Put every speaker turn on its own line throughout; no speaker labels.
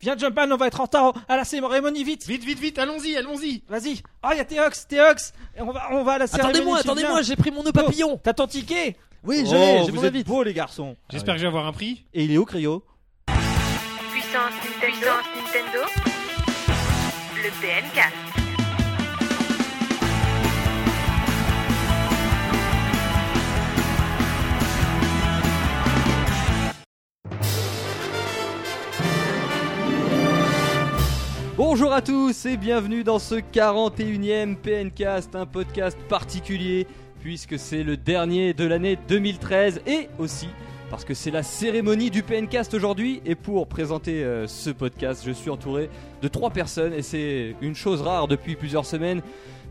Viens, Jumpman, on va être en retard au- à la cérémonie, vite
Vite, vite, vite, allons-y, allons-y.
Vas-y Ah, il y a Théox, Théox Et On va, on va à la cérémonie.
Attendez-moi,
tu
attendez-moi,
viens.
j'ai pris mon nœud papillon.
T'as ton ticket
Oui,
Oh,
j'ai, j'ai
vous
mon
êtes
avis.
beaux, les garçons
J'espère que je vais avoir un prix.
Et il est où, Cryo
Puissance Nintendo. Nintendo. Le PNK.
Bonjour à tous et bienvenue dans ce 41e PNcast, un podcast particulier puisque c'est le dernier de l'année 2013 et aussi parce que c'est la cérémonie du PNcast aujourd'hui et pour présenter euh, ce podcast, je suis entouré de trois personnes et c'est une chose rare depuis plusieurs semaines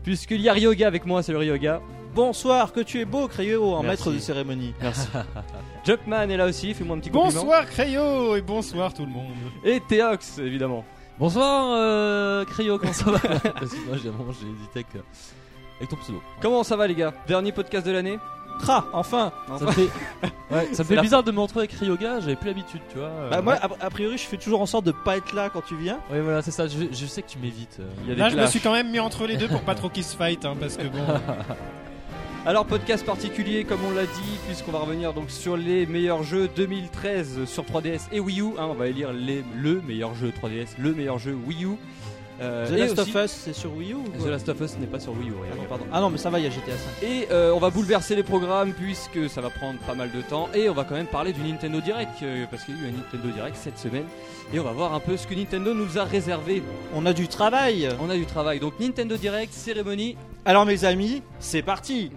puisqu'il y a Ryoga avec moi, c'est le Ryoga.
Bonsoir, que tu es beau, Cryo, en
Merci.
maître de cérémonie.
Merci. Jumpman est là aussi, fais-moi un petit compliment.
Bonsoir Crayo et bonsoir tout le monde.
Et Théox évidemment.
Bonsoir, euh, Cryo, comment ça va Parce que moi, j'ai un moment, j'ai hésité avec, euh, avec ton pseudo.
Comment ça va les gars Dernier podcast de l'année
Tra, enfin
Ça me fait, ouais, ça me fait
la
bizarre de me retrouver avec Ryoga, j'avais plus l'habitude, tu vois. euh,
Bah, moi, a, a priori, je fais toujours en sorte de pas être là quand tu viens.
Ouais, voilà, c'est ça, je, je sais que tu m'évites. euh.
Il y a des
Là, je me
clashs.
suis quand même mis entre les deux pour pas trop qu'ils se fight, hein, parce que bon.
Alors podcast particulier comme on l'a dit puisqu'on va revenir donc sur les meilleurs jeux 2013 sur 3DS et Wii U. hein, on va élire les, le meilleur jeu 3DS, le meilleur jeu Wii U. Euh,
The
et
Last
aussi-
of Us, c'est sur Wii U ou
The
quoi
Last of Us n'est pas sur Wii U.
Ah
regarde.
non, pardon. Ah non, mais ça va, il y a GTA 5.
Et euh, on va bouleverser les programmes puisque ça va prendre pas mal de temps et on va quand même parler du Nintendo Direct euh, parce qu'il y a eu un Nintendo Direct cette semaine et on va voir un peu ce que Nintendo nous a réservé.
On a du travail
On a du travail donc Nintendo Direct cérémonie.
Alors mes amis, c'est parti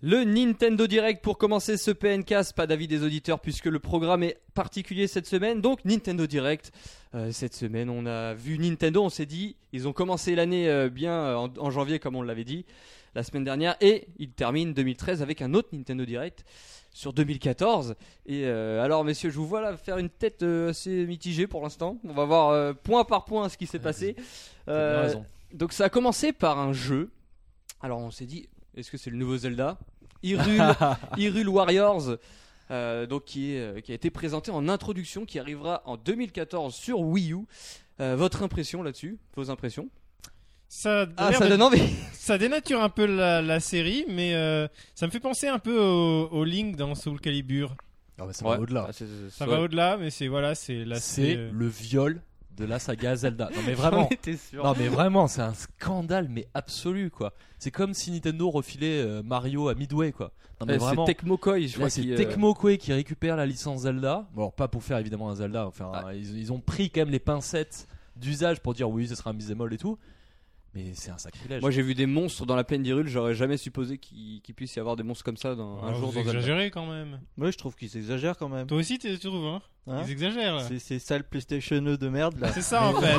Le Nintendo Direct pour commencer ce PNcast, pas d'avis des auditeurs puisque le programme est particulier cette semaine. Donc Nintendo Direct, euh, cette semaine on a vu Nintendo, on s'est dit, ils ont commencé l'année euh, bien euh, en, en janvier comme on l'avait dit la semaine dernière et ils terminent 2013 avec un autre Nintendo Direct sur 2014. Et euh, alors messieurs, je vous vois là faire une tête euh, assez mitigée pour l'instant. On va voir euh, point par point ce qui s'est
Ouais,
passé.
T'as bien
Euh,
raison.
donc ça a commencé par un jeu. Alors on s'est dit, est-ce que c'est le nouveau Zelda Hyrule, Hyrule Warriors, euh, donc qui, est, euh, qui a été présenté en introduction, qui arrivera en 2014 sur Wii U. Euh, votre impression là-dessus Vos impressions
Ça, a
Ah,
l'air
ça
de-
donne envie
ça dénature un peu la, la série, mais euh, ça me fait penser un peu au, au Link dans Soul Calibur.
Ah, bah, ça
Ouais.
va au-delà.
Ah, c'est- c'est-
Ça
ouais.
va au-delà, mais c'est voilà, c'est là
c'est
euh,
le viol de la saga Zelda. Non, mais vraiment.
T'es sûr
Non mais vraiment, c'est un scandale mais absolu quoi. C'est comme si Nintendo refilait euh, Mario à Midway quoi. Non mais
Eh,
vraiment.
C'est Tecmo Koei, je
Là,
crois.
c'est
qui, euh,
Tecmo Koei qui récupère la licence Zelda. Bon, alors pas pour faire évidemment un Zelda. Enfin,
Ah.
ils, ils ont pris quand même les pincettes d'usage pour dire oui, ce sera un bisémol et tout. Mais c'est un sacrilège.
Moi j'ai vu des monstres dans la plaine d'Hyrule, j'aurais jamais supposé qu'il qu'il puisse y avoir des monstres comme ça dans, un
ah,
jour
vous
dans Zelda.
exagérez quand même.
Moi je trouve qu'ils exagèrent quand même.
Toi aussi, t'es- tu trouves, hein,
Hein
Ils exagèrent. là.
C'est- C'est ça le PlayStation 2 de merde là.
C'est ça en fait.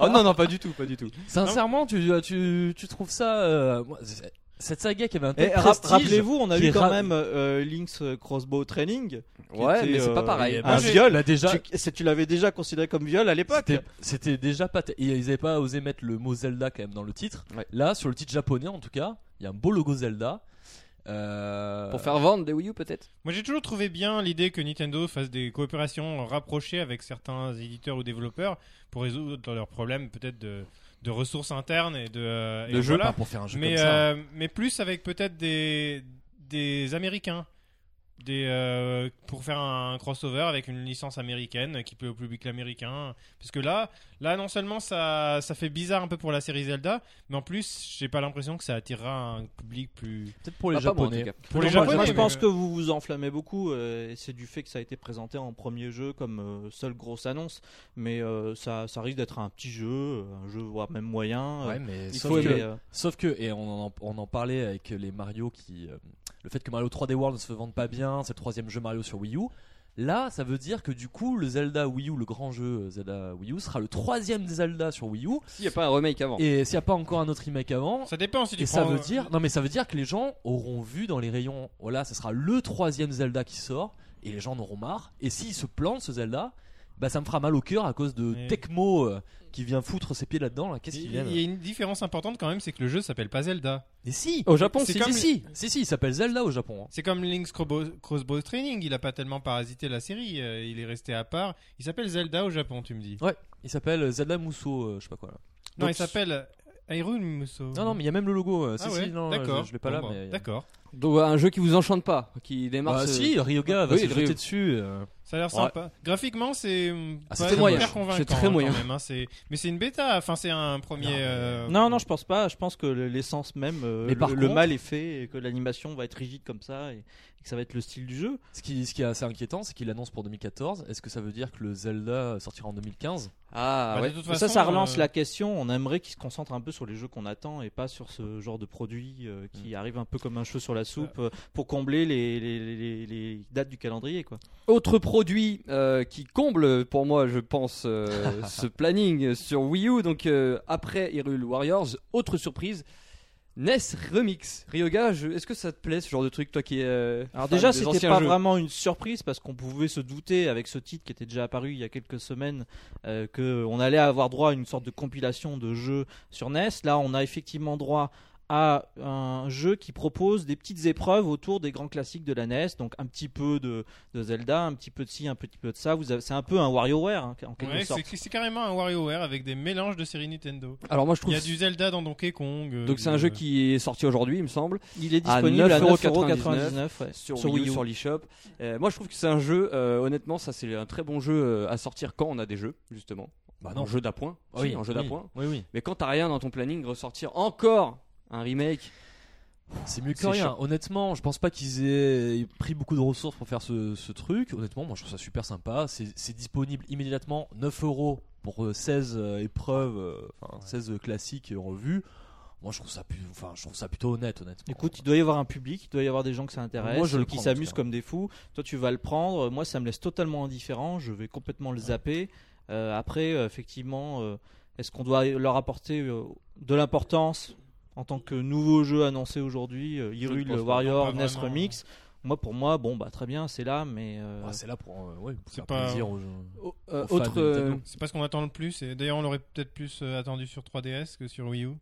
Oh non, non, pas du tout, pas du tout.
Sincèrement, tu, euh, tu, tu trouves ça. euh, moi, c'est- cette saga qui avait un tel
Et Eh, rap-
prestige.
rappelez-vous, on a
qui
eu
est
quand
ra-
même euh, Link's Crossbow Training. qui
Ouais,
était,
mais c'est
euh,
pas
Ah,
pareil.
Un
Moi, j'ai-
viol.
Là Bah, déjà,
Tu, c'est- tu l'avais déjà considéré comme viol à l'époque.
C'était- C'était déjà pas. t- et Ils avaient pas osé mettre le mot Zelda quand même dans le titre.
Ouais.
Là, sur le titre japonais en tout cas, il y a un beau logo Zelda. Euh,
Pour faire vendre des Wii U peut-être
Moi, j'ai toujours trouvé bien l'idée que Nintendo fasse des coopérations rapprochées avec certains éditeurs ou développeurs pour résoudre leurs problèmes, peut-être de, de ressources internes et de, euh, et
le jeu,
voilà.
pas pour faire un jeu
mais,
comme ça.
euh, mais plus avec peut-être des, des Américains. Des, euh, pour faire un crossover avec une licence américaine qui plaît au public américain. Parce que là, là non seulement ça, ça fait bizarre un peu pour la série Zelda, mais en plus, j'ai pas l'impression que ça attirera un public plus.
Peut-être pour les
Ah, pas moi, en
japonais.
tout cas.
Pour les
Moi,
Japonais,
moi, je
mais-
pense que vous vous enflammez beaucoup euh, et c'est du fait que ça a été présenté en premier jeu comme euh, seule grosse annonce, mais euh, ça, ça risque d'être un petit jeu, euh, un jeu voire même moyen. euh,
Ouais, mais
il
sauf
faut
que-
aimer, euh,
Sauf que, et on en, on en parlait avec les Mario qui. euh, le fait que Mario 3D World ne se vende pas bien, c'est le troisième jeu Mario sur Wii U. Là, ça veut dire que du coup, le Zelda Wii U, le grand jeu euh, Zelda Wii U, sera le troisième Zelda sur Wii U.
S'il n'y a pas un remake avant.
Et s'il n'y a pas encore un autre remake avant.
Ça dépend si tu
Et ça
prends-
veut dire, non mais ça veut dire que les gens auront vu dans les rayons, oh voilà, ça sera le troisième Zelda qui sort, et les gens en auront marre. Et s'ils se plantent ce Zelda, bah ça me fera mal au cœur à cause de
Ouais.
Tecmo euh, qui vient foutre ses pieds là-dedans. Là. Qu'est-ce
Il
qu'il
il
vient
y a une différence importante quand même, c'est que le jeu s'appelle pas Zelda.
Mais si
Au Japon,
C'est
si,
comme-
si, si.
Si, si, il s'appelle Zelda au Japon. hein.
C'est comme Link's Crobo- Crossbow Training, il a pas tellement parasité la série, euh, il est resté à part. Il s'appelle Zelda au Japon, tu me dis.
Ouais, il s'appelle Zelda Musso, euh, je sais pas quoi. là.
Non,
Donc,
il s'appelle Hyrule Musso.
Non, non, mais il y a même le logo. euh, si,
Mhm. ah
si,
ouais,
non, je-
d'accord.
je, l'ai pas là,
Bon, bah,
mais. euh,
D'accord.
Donc un jeu qui vous enchante pas, qui démarre.
Bah
ce-
si, Ryoga va
euh, Oui,
se
le
jeter
Ryo-
dessus. euh.
Ça a l'air
Ouais.
sympa. Graphiquement, c'est euh,
Ah,
pas
c'est
très moyen.
hyper convaincant.
C'est très
hein, quand
moyen.
même, hein, c'est- Mais c'est une bêta. Enfin, c'est un premier.
Non, mais-
euh,
Non, non, je pense pas. Je pense que le- l'essence même, euh,
Mais
le,
par
le
contre-
mal est fait et que l'animation va être rigide comme ça et, et que ça va être le style du jeu.
Ce, qui, ce qui est assez inquiétant, c'est qu'il annonce pour 2014. Est-ce que ça veut dire que le Zelda sortira en 2015
Ah
Bah, de
ouais.
toute
Mais
façon,
ça, ça relance
euh,
la question. On aimerait qu'ils se concentrent un peu sur les jeux qu'on attend et pas sur ce genre de produit euh, qui
Mm.
arrive un peu comme un cheveu sur la soupe euh, pour combler les, les- les- les- les dates du calendrier. Quoi.
Autre produit euh, qui comble pour moi, je pense, euh, ce planning sur Wii U. Donc euh, après Hyrule Warriors, autre surprise. NES Remix. Ryoga, je- est-ce que ça te plaît ce genre de truc, toi qui es. euh,
Alors
fan
déjà,
des
c'était
anciens
pas
jeux
vraiment une surprise parce qu'on pouvait se douter avec ce titre qui était déjà apparu il y a quelques semaines euh, que on allait avoir droit à une sorte de compilation de jeux sur NES. Là, on a effectivement droit à un jeu qui propose des petites épreuves autour des grands classiques de la NES, donc un petit peu de, de Zelda, un petit peu de ci, un petit peu de ça. Vous avez- c'est un peu un WarioWare hein, en quelque
ouais,
sorte.
c'est c'est carrément un WarioWare avec des mélanges de séries Nintendo.
Alors moi, je
Il
trouve.
y a du Zelda dans Donkey Kong. euh,
Donc c'est
du-
un jeu qui est sorti aujourd'hui, il me semble.
Il est
à
disponible à
9,99,
9,99 ouais,
sur, Wii, U, sur l'eShop. Euh, moi, je trouve que c'est un jeu, euh, honnêtement, ça c'est un très bon jeu euh, à sortir quand on a des jeux, justement.
Bah
Un jeu d'appoint. Si, un jeu d'appoint.
Oui, oui.
Mais quand t'as rien dans ton planning, ressortir encore un remake.
C'est mieux que
C'est
rien. Honnêtement, je pense pas qu'ils aient pris beaucoup de ressources pour faire ce, ce truc. Honnêtement, moi je trouve ça super sympa. C'est c'est disponible immédiatement. 9 euros pour euh, 16 euh, épreuves, euh, enfin, 16 classiques et revues. Moi je trouve ça, pu- enfin, je trouve ça plutôt honnête, honnêtement.
Écoute, il doit y avoir un public, il doit y avoir des gens que ça intéresse,
Moi, je le
qui
prends, en
s'amusent
tout cas.
comme des fous. Toi, tu vas le prendre. Euh, Moi, ça me laisse totalement indifférent. Je vais complètement le zapper. Euh, après, euh, effectivement, euh, est-ce qu'on doit leur apporter euh, de l'importance en tant que nouveau jeu annoncé aujourd'hui, euh, Hyrule
pense pas,
non,
Warrior
pas
NES
vraiment,
Remix Moi, pour moi, bon, bah très bien, c'est là, mais euh,
Ouais, c'est là pour, euh, ouais, pour
C'est
faire
pas-
plaisir aux gens.
Oh, euh,
Au fan
autre.
de
euh,
Nintendo.
C'est pas ce qu'on attend le plus. Et d'ailleurs, on l'aurait peut-être plus euh, attendu sur 3DS que sur Wii U.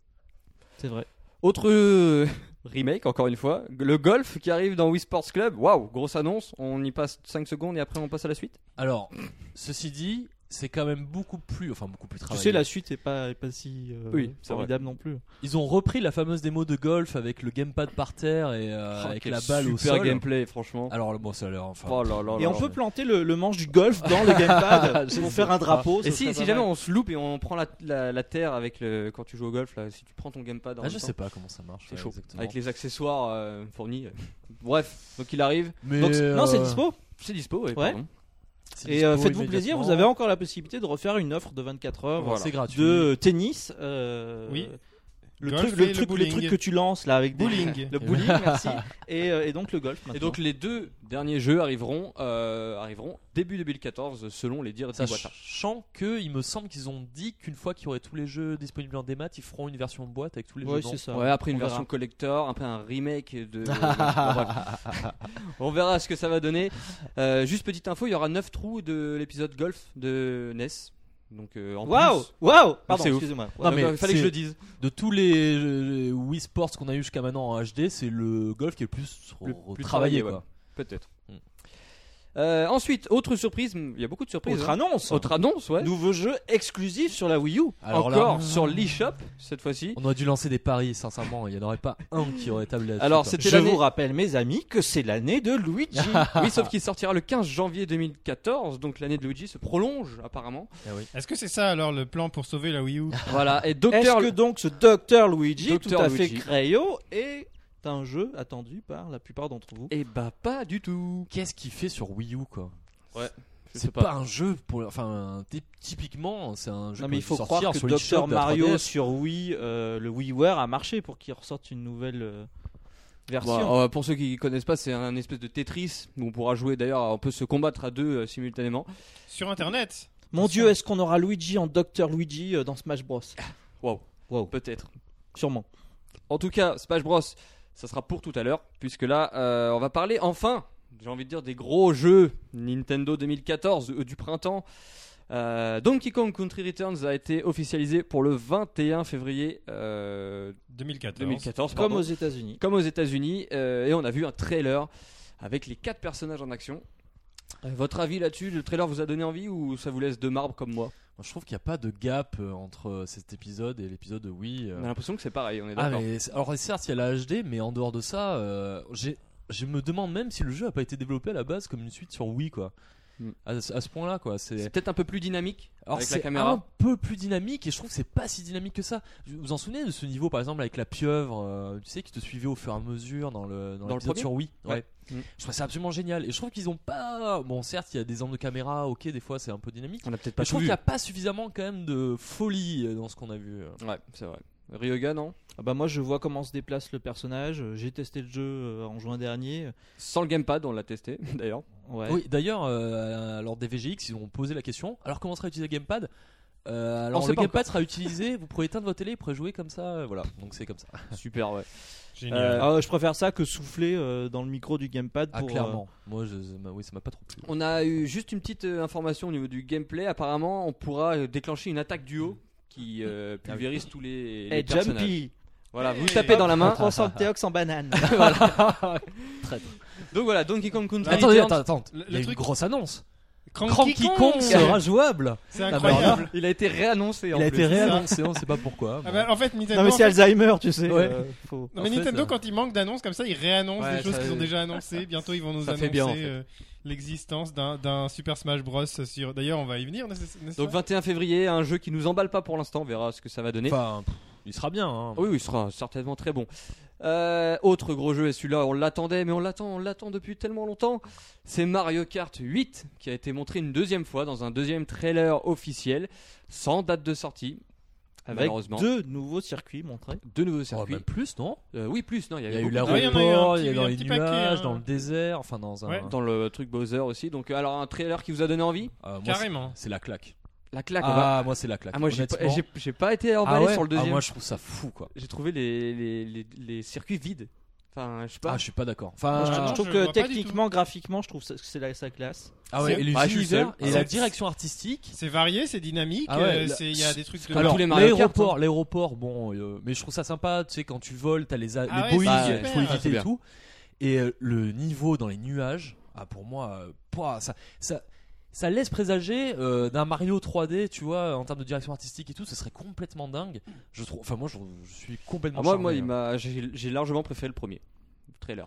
c'est vrai.
Autre euh, remake, encore une fois, le golf qui arrive dans Wii Sports Club. Waouh, grosse annonce. On y passe 5 secondes et après on passe à la suite.
Alors, ceci dit, c'est quand même beaucoup plus, enfin beaucoup plus
Tu
travaillé.
sais, la suite est pas, est pas si euh,
Oui, c'est
formidable non plus.
Ils ont repris la fameuse démo de golf avec le gamepad par terre et euh,
Oh,
avec
quel
la balle
super
au sol. Ah,
gameplay, franchement.
Alors bon, ça a l'air enfin.
Oh là là
Et
là
on
là.
peut planter le, le manche du golf dans le gamepad
Je
pour
sais
faire un
pas.
drapeau. ça
Et
serait
si, si
pas
jamais
mal.
on se loupe et on prend la, la- la terre avec le quand tu joues au golf là, si tu prends ton gamepad,
Ah,
en même
je
temps,
sais pas comment ça marche.
c'est
ouais,
chaud.
exactement.
Avec les accessoires euh, fournis. euh. Bref, donc il arrive,
Mais,
Donc, c'est- non, c'est
euh,
dispo.
c'est dispo. Ouais.
Ouais.
pardon.
c'est
Et euh,
dispo
faites-vous plaisir, vous avez
immédiatement.
encore la possibilité de refaire une offre de 24 heures
C'est gratuit.
de tennis. euh,
Oui.
Le
Golf
truc,
et le
le, truc, le
bowling.
truc que tu lances là avec des-
Bowling.
le bowling, merci. Et, euh, et donc le golf.
Et
maintenant.
donc les deux derniers jeux arriveront euh, arriveront début 2014 selon les dires de Iwata.
Sachant que il me semble qu'ils ont dit qu'une fois qu'il y aurait tous les jeux disponibles en démat, ils feront une version boîte avec tous les
Ouais,
jeux.
c'est ça.
Ouais, après une
On verra.
version collector, après un remake de. Bon, bref. On verra ce que ça va donner. Euh, juste petite info, il y aura 9 trous de l'épisode golf de NES. Donc euh, en
Waouh,
plus.
waouh. Pardon,
c'est ouf.
excusez-moi. bah,
Non,
Donc,
mais
euh, fallait que
c'est-
je le dise.
De tous les euh, Wii Sports qu'on a eu jusqu'à maintenant en HD, c'est le golf qui est le plus,
Le
re-
plus
travaillé.
travaillé,
quoi.
ouais. Peut-être. Mm.
Hmm.
Euh, ensuite, autre surprise. Il y a beaucoup de surprises.
Autre
hein.
annonce.
Autre annonce, ouais.
Nouveau jeu exclusif sur la Wii U.
Alors là,
Encore sur l'eShop cette fois-ci.
on aurait dû lancer des paris, sincèrement. Il n'y en aurait pas un qui aurait tablé là-dessus.
Alors,
quoi.
c'est- C'était
Je
l'année-
vous rappelle, mes amis, que c'est l'année de Luigi.
oui, sauf qu'il sortira le 15 janvier 2014, donc l'année de Luigi se prolonge apparemment.
Eh
Est-ce que c'est ça alors le plan pour sauver la Wii U
Voilà, et
Est-ce
Docteur
que donc ce Docteur Luigi,
Dr.
tout à fait
Luigi.
créo, est un jeu attendu par la plupart d'entre vous
Eh bah pas du tout.
qu'est-ce qu'il fait sur Wii U quoi
Je
C'est
sais
pas. un jeu pour. Enfin, ty- typiquement, c'est un jeu.
Non
qu'on
mais il
peut
faut
sortir
croire que
sur l'eShop
Dr
de la
Mario
3DS.
sur Wii, euh, le WiiWare a marché pour qu'il ressorte une nouvelle euh, version.
Bon, euh, pour ceux qui connaissent pas, c'est un espèce de Tetris où on pourra jouer d'ailleurs, on peut se combattre à deux euh, simultanément.
Sur internet
Mon Dieu, est-ce qu'on aura Luigi en Dr Luigi euh, dans Smash Bros
Waouh.
Wow.
Peut-être.
Sûrement.
En tout cas, Smash Bros, ça sera pour tout à l'heure, puisque là, euh, on va parler enfin j'ai envie de dire, des gros jeux Nintendo 2014 euh, du printemps. Euh, Donkey Kong Country Returns a été officialisé pour le 21 février euh,
2014.
2014.
Comme
pardon.
aux États-Unis.
comme aux États-Unis, euh, et on a vu un trailer avec les quatre personnages en action. Euh, Votre avis là-dessus, le trailer vous a donné envie ou ça vous laisse de marbre comme moi
Moi, je trouve qu'il n'y a pas de gap euh, entre euh, cet épisode et l'épisode de Wii. euh.
On a l'impression que c'est pareil, on est
Ah,
d'accord.
mais c'est- alors certes, il y a la HD, mais en dehors de ça, euh, j'ai- je me demande même si le jeu a pas été développé à la base comme une suite sur Wii, quoi.
Hmm.
À, à ce point-là, quoi.
C'est
C'est
peut-être un peu plus dynamique
alors
avec la
c'est
caméra.
un peu plus dynamique et je trouve que c'est pas si dynamique que ça. Vous vous en souvenez de ce niveau par exemple avec la pieuvre, euh, tu sais, qui te suivait au fur et à mesure dans le dans,
Dans le
l'épisode
premier
sur Wii. Ouais.
Ouais. Mm.
Je trouve ça absolument génial et je trouve qu'ils ont pas. Bon, certes, il y a des angles de caméra, ok, des fois c'est un peu dynamique.
On a peut-être
mais
pas
je trouve
tout
qu'il
vu.
n'y a pas suffisamment quand même de folie euh, dans ce qu'on a vu. euh.
Ouais, c'est vrai. Ryoga, non
Ah bah moi je vois comment se déplace le personnage. J'ai testé le jeu euh, en juin dernier.
Sans le gamepad, on l'a testé d'ailleurs.
Ouais.
Oui, d'ailleurs, euh, lors des VGX, ils ont posé la question. Alors, comment sera utilisé le gamepad Euh,
On
alors
sait
le
pas
gamepad sera utilisé, vous pourrez éteindre votre télé, vous pourrez jouer comme ça, euh, voilà, donc c'est comme ça.
Super, ouais.
Génial.
Euh,
Ah, je préfère ça que souffler euh, dans le micro du gamepad
Ah
pour. euh,
clairement, moi je, ça m'a- oui, ça m'a pas trop plu.
On a eu juste une petite euh, information au niveau du gameplay. Apparemment, on pourra euh, déclencher une attaque du haut qui
Ah
euh, pulvérise tous les, les
Eh,
personnages.
Jumpy
Voilà, vous
Hey,
tapez dans la main.
300 Théox en banane
Donc voilà, Donkey Kong Country.
Attendez,
Returns.
attends, attends,
Le-
il y
le
a une
truc-
grosse annonce.
Cranky
Cranky Kong sera jouable.
C'est
mais
incroyable.
Il a été réannoncé.
Il
en
a
plus.
été réannoncé, on sait pas
Ah
pourquoi. mais-
bah, en fait, Nintendo,
Non mais
en
c'est
fait-
Alzheimer, tu sais.
Ouais.
euh, faut-
Non, mais
En fait,
Nintendo,
euh,
quand il manque d'annonces comme ça, ils réannoncent
Ouais,
des choses
ça-
qu'ils ont déjà annoncées. Bientôt, ils vont nous
Ça
annoncer
fait bien, en fait.
euh, l'existence d'un- d'un Super Smash Bros. Sur... D'ailleurs, on va y venir, n'est-ce n'est-ce
Donc
pas
21 février, un jeu qui nous emballe pas pour l'instant, on verra ce que ça va donner.
Enfin, pff, il sera bien. hein.
oui, oui, il sera certainement très bon. Euh, autre gros jeu, et celui-là on l'attendait, mais on l'attend, on l'attend depuis tellement longtemps. C'est Mario Kart 8 qui a été montré une deuxième fois dans un deuxième trailer officiel, sans date de sortie,
Avec
Bah, malheureusement. Deux,
deux nouveaux circuits montrés.
nouveaux
Oh,
circuits.
même plus, non
Euh, oui, plus, non, il y,
Il y a
avait
eu la
beaucoup
Ah
rue
oui, il y en a eu un
Port, il
petit-
y a dans
un
les
petit paquet,
nuages,
hein.
dans le désert, enfin dans un.
Ouais.
dans le truc Bowser aussi. Donc, euh, alors un trailer qui vous a donné envie
Ah, moi,
Carrément.
c'est- C'est la claque.
La claque. on va-
Ah, moi c'est la claque.
Ah, moi, j'ai pas,
honnêtement.
j'ai- j'ai pas été
Ah
emballé
ouais
sur le
Ah,
deuxième.
moi je trouve ça fou quoi.
J'ai trouvé les, les, les, les circuits vides. Enfin, je sais pas.
Ah, je suis pas d'accord.
Moi, je,
Enfin,
trouve- je
non,
trouve
je
que
vois pas du
techniquement, graphiquement, je trouve ça- que c'est la- sa classe.
ah ouais,
c'est-
et les
Ah, je suis
univers
seul.
et
Ah,
la
c'est-
direction artistique.
C'est varié, c'est dynamique,
Ah ouais,
euh,
la-
c'est- il y a des trucs de.
comme
Alors
tous les Mario Kart, hein.
l'aéroport, l'aéroport, bon, euh, mais je trouve ça sympa, tu sais, quand tu voles, t'as les, a-
Ah
les
ouais,
Boeing,
c'est
il
super.
faut
Ah, c'est
éviter et
bien.
tout. Et euh, le niveau dans les nuages, ah pour moi, euh, pouah, ça, ça, ça laisse présager euh, d'un Mario 3D, tu vois, en termes de direction artistique et tout, ce serait complètement dingue. Je trouve, enfin moi, je, je suis complètement.
Ah, moi,
charmé,
moi, il
hein.
m'a, j'ai j'ai largement préféré le premier le trailer.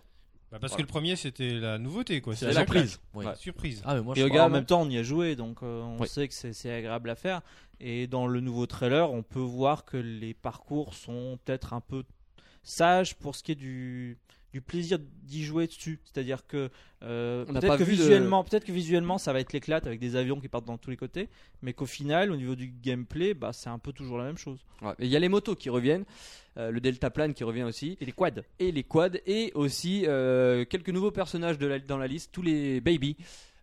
Bah, parce que le premier, c'était la nouveauté, quoi.
c'est
c'est
la
la
surprise. Oui.
Ouais.
Surprise.
Ah mais moi,
Et
je
au gars,
en
non
même temps, on y a joué, donc euh, on
Oui.
sait que c'est c'est agréable à faire. Et dans le nouveau trailer, on peut voir que les parcours sont peut-être un peu sages pour ce qui est du, du plaisir d'y jouer dessus. C'est-à-dire que euh,
On n'a
peut-être
pas
que
vu de-
visuellement, peut-être que visuellement, ça va être l'éclate avec des avions qui partent dans tous les côtés, mais qu'au final, au niveau du gameplay, bah, c'est un peu toujours la même chose.
Ouais. Et Il y a les motos qui reviennent, euh, le Delta Plane qui revient aussi,
Et les quads.
et les quads, et aussi euh, quelques nouveaux personnages de la- dans la liste, tous les baby.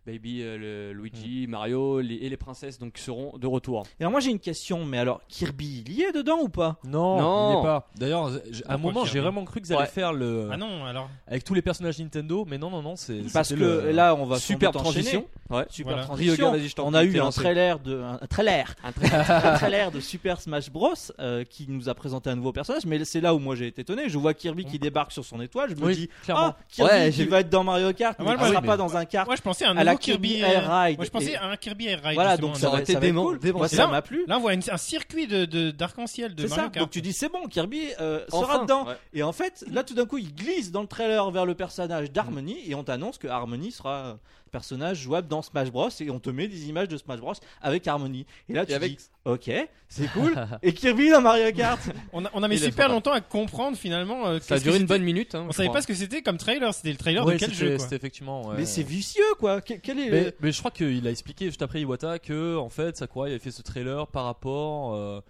Baby, euh, le Luigi, Mario les- et les princesses donc seront de retour.
Et alors moi j'ai une question, mais alors Kirby, il y est dedans ou pas
Non,
Non.
il est pas. D'ailleurs, j'ai- à un
Pourquoi
moment,
le
j'ai
faire
vraiment cru qu'ils allaient
Ouais.
faire
Euh,
le
Ah non, alors.
avec tous les personnages Nintendo, mais non, non, non, c'est
Parce que
c'était le-
là, on va sans
Superbe
doute enchaîner.
transition. Ouais.
Super
Voilà.
transition.
Ryoga, vas-y, je t'en
on
prie,
a
t'es
eu un
lancé.
trailer de un un trailer,
Un trailer.
un trailer de Super Smash Bros euh, qui nous a présenté un nouveau personnage. Mais c'est là où moi j'ai été étonné. Je vois Kirby qui débarque sur son étoile. Je me
Oui,
dis
clairement.
ah Kirby
Ouais,
qui
j'ai vu.
va être dans Mario Kart,
Ah,
mais
moi,
il
moi,
sera
oui,
pas
mais-
dans un kart.
Moi, je pensais à un
Ah, À la
nouveau Kirby,
Kirby
Air
Air Ride.
Moi, je pensais
Et-
à un Kirby Air Ride.
Voilà
justement,
donc
un
ça
aurait
aurait
nouveau.
été
été
dément-
cool.
dément.
Moi
C'est
ça
ça.
m'a plu.
Là, on voit une- un circuit de- de- d'arc-en-ciel de,
C'est ça.
Mario Kart.
Donc tu dis c'est bon, Kirby euh,
Enfin,
sera dedans.
ouais.
Et en fait, là tout d'un coup, il glisse dans le trailer vers le personnage d'Harmony
Mm.
et on t'annonce que Harmony sera un personnage jouable dans Smash Bros et on te met des images de Smash Bros avec Harmony. Et là tu
avec-
dis OK, c'est cool. et Kirby dans Mario Kart.
On a, on a mis
Il est
super
sympa.
longtemps à comprendre finalement. euh,
Ça a
qu'est-ce
duré
que
une bonne minute. hein,
On savait pas ce que c'était comme trailer, c'était le trailer
Ouais,
de quel
c'était-
jeu quoi.
c'était effectivement. ouais.
Mais c'est vicieux quoi. Que- Quel est
Mais, mais je crois qu'il a expliqué juste après Iwata que en fait Sakurai avait fait ce trailer par rapport euh,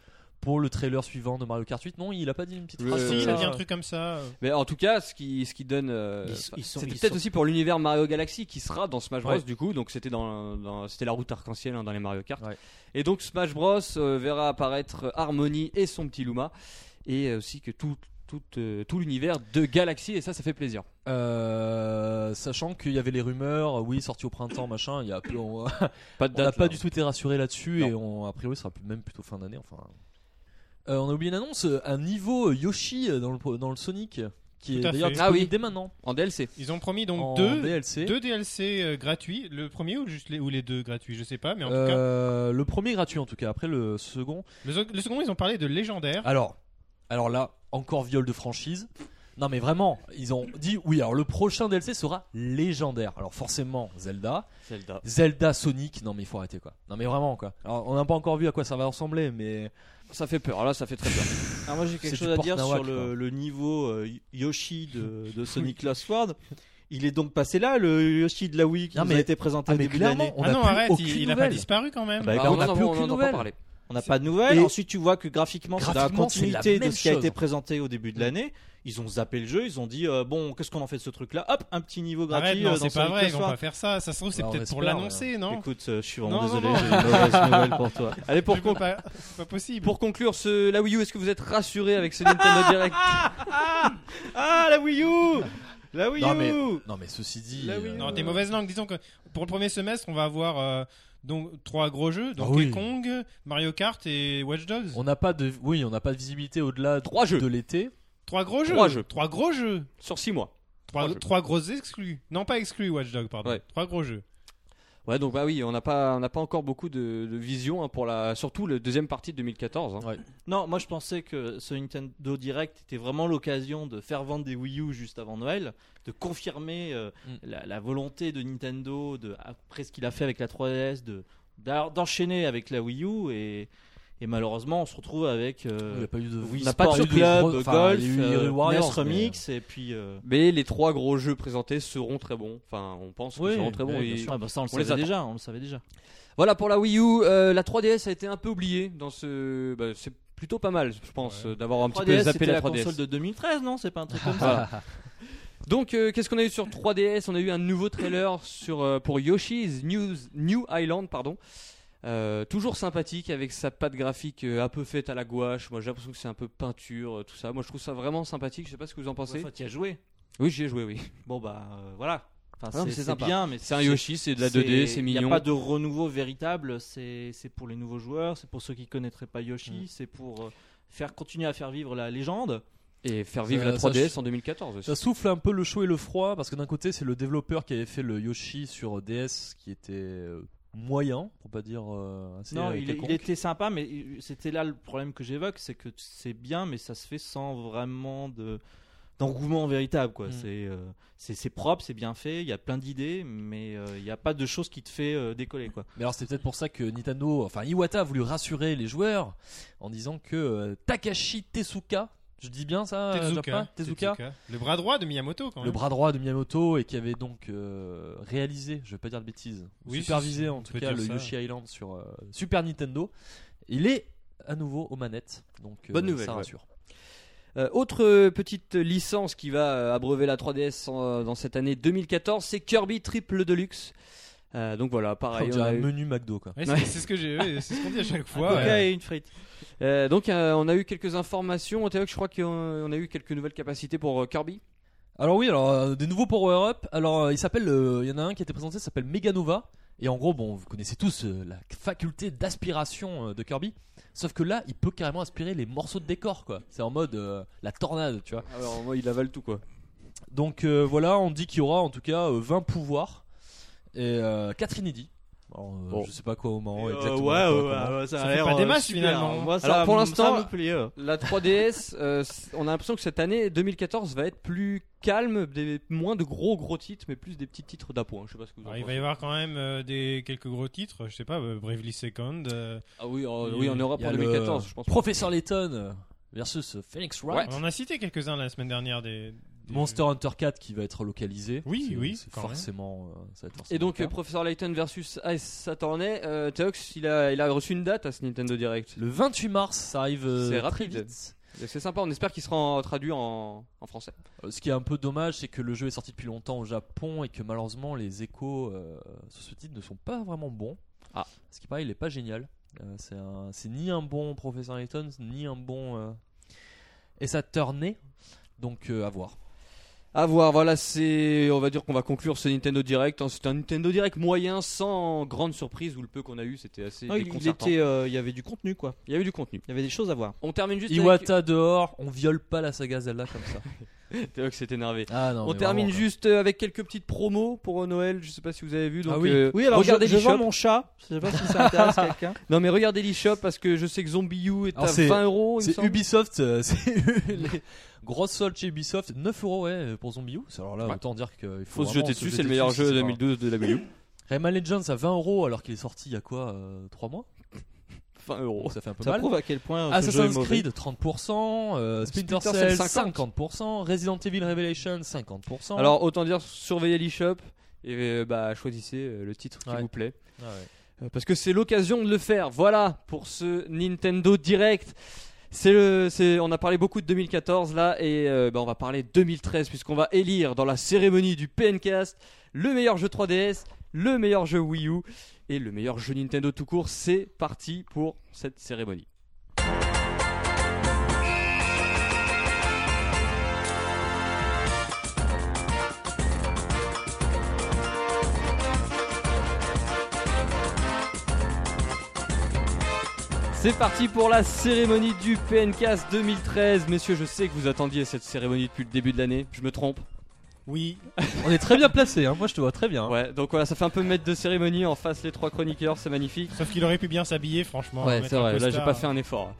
pour le trailer suivant de Mario Kart 8. Non, il a pas dit une petite
Le-
Ah
phrase.
si,
comme
il a
euh, ça.
dit un truc comme ça. euh.
Mais en tout cas, ce qui, ce qui donne. euh,
Ils- ils sont-
c'était
ils
peut-être
sont-
aussi pour l'univers Mario Galaxy qui sera dans Smash Bros.
Ouais.
Du coup, donc c'était dans, dans- c'était la route arc-en-ciel hein, dans les Mario Kart.
Ouais.
Et donc Smash Bros euh, verra apparaître Harmony et son petit Luma, et aussi que tout- tout, euh, tout l'univers de Galaxy et ça, ça fait plaisir.
Euh, sachant qu'il y avait les rumeurs, euh, oui, sorti au printemps, machin, il y a peu- on
Pas de
on n'a
date.
pas
là.
du tout été rassuré là-dessus et on, a priori, ce sera plus- même plutôt fin d'année. Enfin, Euh, on a oublié une annonce, euh, un niveau euh, Yoshi euh, dans le, dans le Sonic qui
Tout
est
à
d'ailleurs
fait.
Ah
disponible
oui.
dès maintenant
En DLC.
Ils ont promis donc
en
deux,
DLC.
deux DLC euh, gratuits. Le premier ou juste les, ou les deux gratuits, je sais pas, mais en tout cas.
Euh, le premier gratuit en tout cas, après le second.
Le, so- le second, ils ont parlé de légendaire.
Alors, alors là, encore viol de franchise. Non mais vraiment, ils ont dit oui. Alors le prochain DLC sera légendaire. Alors forcément Zelda,
Zelda.
Zelda Sonic. Non mais il faut arrêter quoi. Non mais vraiment quoi. Alors on n'a pas encore vu à quoi ça va ressembler, mais
Ça fait peur. Là, ça fait très peur.
Alors moi j'ai quelque
C'est
chose
du
à dire
Portnawak,
sur le, le niveau euh, Yoshi de, de Sonic Lost World. Il est donc passé là, le Yoshi de la Wii qui
Non,
nous
mais-
a été présenté
ah,
au
mais
début de l'année.
clairement, on
ah
n'a
non,
plus
arrête,
aucune
il, il a pas
nouvelle.
disparu quand même.
Bah,
Ah,
là, on
en
n'a
entend-
plus
on
aucune
entend
nouvelle.
parler.
On n'a pas de nouvelles.
Et-
Ensuite, tu vois que graphiquement, c'est dans la
Graphiquement, c'est la
continuité de
même
ce qui a
chose. Mm.
été présenté au début de l'année. Ils ont zappé le jeu, ils ont dit euh, bon, qu'est-ce qu'on en fait de ce truc-là Hop, un petit niveau gratuit
Arrête,
euh,
non,
dans
c'est pas
Sonic
vrai, ils
Lost
vont pas
World.
faire ça. Ça se trouve, c'est
Bah, on
peut-être pour
espère,
l'annoncer, non
Écoute, euh, je suis vraiment
Non, non,
désolé,
non.
j'ai une mauvaise nouvelle pour toi.
Allez, pour,
Tu peux pas, c'est pas possible.
pour conclure, ce, la Wii U, est-ce que vous êtes rassuré avec ce Nintendo Direct
Ah, la Wii U La Wii U
Non, mais- Non mais ceci dit,
Là, oui,
euh,
Non, des mauvaises langues. Disons que pour le premier semestre, on va avoir euh, donc trois gros jeux, donc
Ah oui.
Kong, Mario Kart et Watch Dogs.
On n'a pas de, oui, on n'a pas de visibilité au-delà
Trois jeux.
de l'été.
Trois gros jeux.
Trois jeux.
Trois gros jeux.
Sur 6 mois.
Trois,
jeux.
trois grosses exclus. Non, pas exclus Watch Dogs, pardon.
Ouais.
Trois gros jeux.
Ouais, donc bah oui, on n'a pas, on n'a pas encore beaucoup de, de vision hein, pour la, surtout le deuxième partie de 2014. hein.
Non, moi je pensais que ce Nintendo Direct était vraiment l'occasion de faire vendre des Wii U juste avant Noël, de confirmer euh,
Mm.
la, la volonté de Nintendo, de, après ce qu'il a fait avec la 3DS, de, d'a- d'enchaîner avec la Wii U. Et, et malheureusement, on se retrouve avec
il n'y
euh,
a pas eu de,
Wii
on n'a
Sport
pas eu de
Club,
gros- enfin,
Golf,
il y a eu
euh,
Hero
NES
Warriors, mais-
Remix, et puis. euh,
Mais les trois gros jeux présentés seront très bons. Enfin, on pense qu'ils
Oui,
seront très bons.
oui, bien
Et-
sûr.
ah, bah, ça, on le
On les
savait
attend.
déjà. On le savait déjà.
Voilà pour la Wii U. euh, la 3DS a été un peu oubliée dans ce. bah, c'est plutôt pas mal, je pense,
Ouais.
euh, d'avoir un petit
3DS, c'était
peu zappé
la,
la 3DS.
console de 2013, non C'est pas un truc comme ça.
Voilà. Donc, euh, qu'est-ce qu'on a eu sur 3DS On a eu un nouveau trailer sur, euh, pour Yoshi's New, New Island, pardon. Euh, toujours sympathique avec sa patte graphique euh, un peu faite à la gouache. Moi, j'ai l'impression que c'est un peu peinture, euh, tout ça. Moi, je trouve ça vraiment sympathique. Je sais pas ce que vous en
Une
pensez.
fois qu'il y a joué.
Oui, j'y ai joué, oui.
Bon, bah euh, voilà. Enfin,
Ah non, mais
c'est-
c'est
c'est
sympa.
bien, mais
C'est un Yoshi, c'est de la 2D, c'est mignon.
Il n'y a pas de renouveau véritable, c'est c'est pour les nouveaux joueurs, c'est pour ceux qui connaîtraient pas Yoshi, c'est pour euh, faire continuer à faire vivre la légende.
Et faire vivre
Ça-
la
ça-
3DS en 2014 aussi.
Ça souffle un peu le chaud et le froid parce que d'un côté c'est le développeur qui avait fait le Yoshi sur DS qui était euh, moyen pour pas dire euh, assez
Non,
euh,
il, est- il
quelconque.
était sympa, mais il- c'était là le problème que j'évoque, c'est que c'est bien, mais ça se fait sans vraiment de d'engouement véritable quoi
Mm.
c'est euh, c'est c'est propre c'est bien fait il y a plein d'idées mais euh, il n'y a pas de chose qui te fait euh, décoller quoi
Mais alors c'est peut-être pour ça que Nintendo, enfin Iwata a voulu rassurer les joueurs en disant que euh, Takashi Tezuka, je dis bien ça, euh, Japa
Tezuka.
Tezuka,
Le bras droit de Miyamoto, quand
le
même.
bras droit de Miyamoto et qui avait donc euh, réalisé, je vais pas dire de bêtises, ou
Oui, si,
supervisé
si,
en
on
tout
peut
cas
dire
le
ça.
Yoshi Island sur euh, Super Nintendo, il est à nouveau aux manettes. Donc euh,
Bonne nouvelle,
ça
ouais.
rassure.
Euh, autre euh, petite licence qui va euh, abreuver la 3DS en- euh, dans cette année 2014, c'est Kirby Triple Deluxe. Euh, donc voilà,
Oh,
pareil.
On
on
dirait
a
un
eu-
menu McDo quoi.
Ouais, c'est
Ouais.
c'est ce que j'ai, ouais, c'est ce qu'on dit à chaque
Un
fois.
coca
ouais.
et une frite
Euh, donc euh, on a eu quelques informations. Théo, je crois qu'on on a eu quelques nouvelles capacités pour euh, Kirby.
Alors oui, alors euh, des nouveaux power up. Alors euh, il s'appelle, euh, il y en a un qui a été présenté, ça s'appelle Meganova. Et en gros, bon, vous connaissez tous euh, la faculté d'aspiration euh, de Kirby. Sauf que là, il peut carrément aspirer les morceaux de décor, quoi. C'est en mode euh, la tornade, tu vois.
Ah, Alors moi, il avale tout quoi.
Donc euh, voilà, on dit qu'il y aura en tout cas euh, 20 pouvoirs et euh, 4 inédits. Alors, euh,
Bon.
Je sais pas comment
Euh,
exactement.
ouais,
quoi,
ouais,
comment.
ouais, ça,
Ça
a
fait
l'air,
pas des
euh,
masses,
super,
finalement.
moi, ça
Alors, pour
me-
l'instant-
ça me plaît, euh.
La 3DS, euh, c- on a l'impression que cette année 2014 va être plus calme, des, moins de gros gros titres, mais plus des petits titres d'appoint. Je sais pas ce que vous en
Ah,
Alors, il va
pensez.
y avoir quand même euh, des quelques gros titres, je sais pas, euh, Bravely Second. euh,
Ah oui, euh, oui, on aura
Il y
pour
a le
2014, je pense.
Professeur Layton euh, versus euh, Phoenix Wright.
on en a cité quelques-uns la semaine dernière des. des-
Monster Hunter 4 qui va être localisé.
Oui,
C'est-
oui,
c'est
quand même.
forcément, euh, ça va être
Et
forcément
donc,
le
euh,
cas.
Professeur Layton versus Ace Saturnet, euh, Teox, il a, il a reçu une date à ce Nintendo Direct.
euh, Le 28 mars, ça arrive euh,
C'est
très
rapide.
vite.
Donc, C'est sympa, on espère qu'il sera en- traduit en, en français.
Euh, Ce qui est un peu dommage, c'est que le jeu est sorti depuis longtemps au Japon et que malheureusement les échos euh, sur ce titre ne sont pas vraiment bons.
Ah.
Ce qui paraît, il est pas génial. Euh, c'est un- c'est ni un bon Professeur Layton, ni un bon euh, et sa tournée. Donc euh, à voir.
À voir, voilà, c'est. On va dire qu'on va conclure ce Nintendo Direct. hein. C'est un Nintendo Direct moyen, sans grande surprise, ou le peu qu'on a eu, c'était assez.
Non, il, il
déconcertant.
était, euh, il y avait du contenu quoi.
Il y a eu du contenu.
Il y avait des choses à voir.
On termine juste. avec-
Iwata dehors, on viole pas la saga Zelda comme ça.
T'es vrai que c'est énervé.
Ah non.
On termine juste euh, avec quelques petites promos pour euh, Noël. Je sais pas si vous avez vu. Donc,
Ah oui.
euh,
Oui, alors
regardez
je, je vends
l'eShop.
mon chat. Je sais pas si ça intéresse quelqu'un.
Non, mais regardez l'eShop parce que je sais que Zombie U est
Alors,
à
c'est-
20 euros. il me
C'est
semble.
Ubisoft, euh, c'est les grosses soldes chez Ubisoft, 9 euros ouais, pour Zombie House. Alors là,
Ouais.
autant dire qu'il faut,
Faut se
vraiment
jeter dessus, c'est le meilleur
dessus,
jeu
c'est pas-
2012 de la Wii U.
Rayman Legends à 20 euros alors qu'il est sorti il y a quoi 3 mois
20 euros.
Donc ça fait un peu
Ça
mal.
prouve à quel
hein,
point euh, ce jeu est
Assassin's
mauvais.
Creed 30%, euh, Splinter
Splinter
Cell
Cell, 50%,
50%, Resident Evil Revelation 50%.
Alors, autant dire, surveillez l'eShop et euh, bah, choisissez euh, le titre qui
Ouais.
vous plaît.
Ah ouais.
Euh, parce que c'est l'occasion de le faire. Voilà pour ce Nintendo Direct. C'est le, c'est, on a parlé beaucoup de 2014 là et euh, bah, on va parler 2013 puisqu'on va élire dans la cérémonie du PNcast le meilleur jeu 3DS, le meilleur jeu Wii U et le meilleur jeu Nintendo tout court. C'est parti pour cette cérémonie. C'est parti pour la cérémonie du PNcast 2013. Messieurs, je sais que vous attendiez cette cérémonie depuis le début de l'année. Je me trompe.
Oui,
On est très bien placé, hein. moi je te vois très bien.
Ouais, donc voilà, ça fait un peu maître de cérémonie en face les trois chroniqueurs, c'est magnifique.
sauf qu'il aurait pu bien s'habiller, franchement.
Ouais,
mettre
c'est
un
vrai, là j'ai
costard.
pas fait un effort.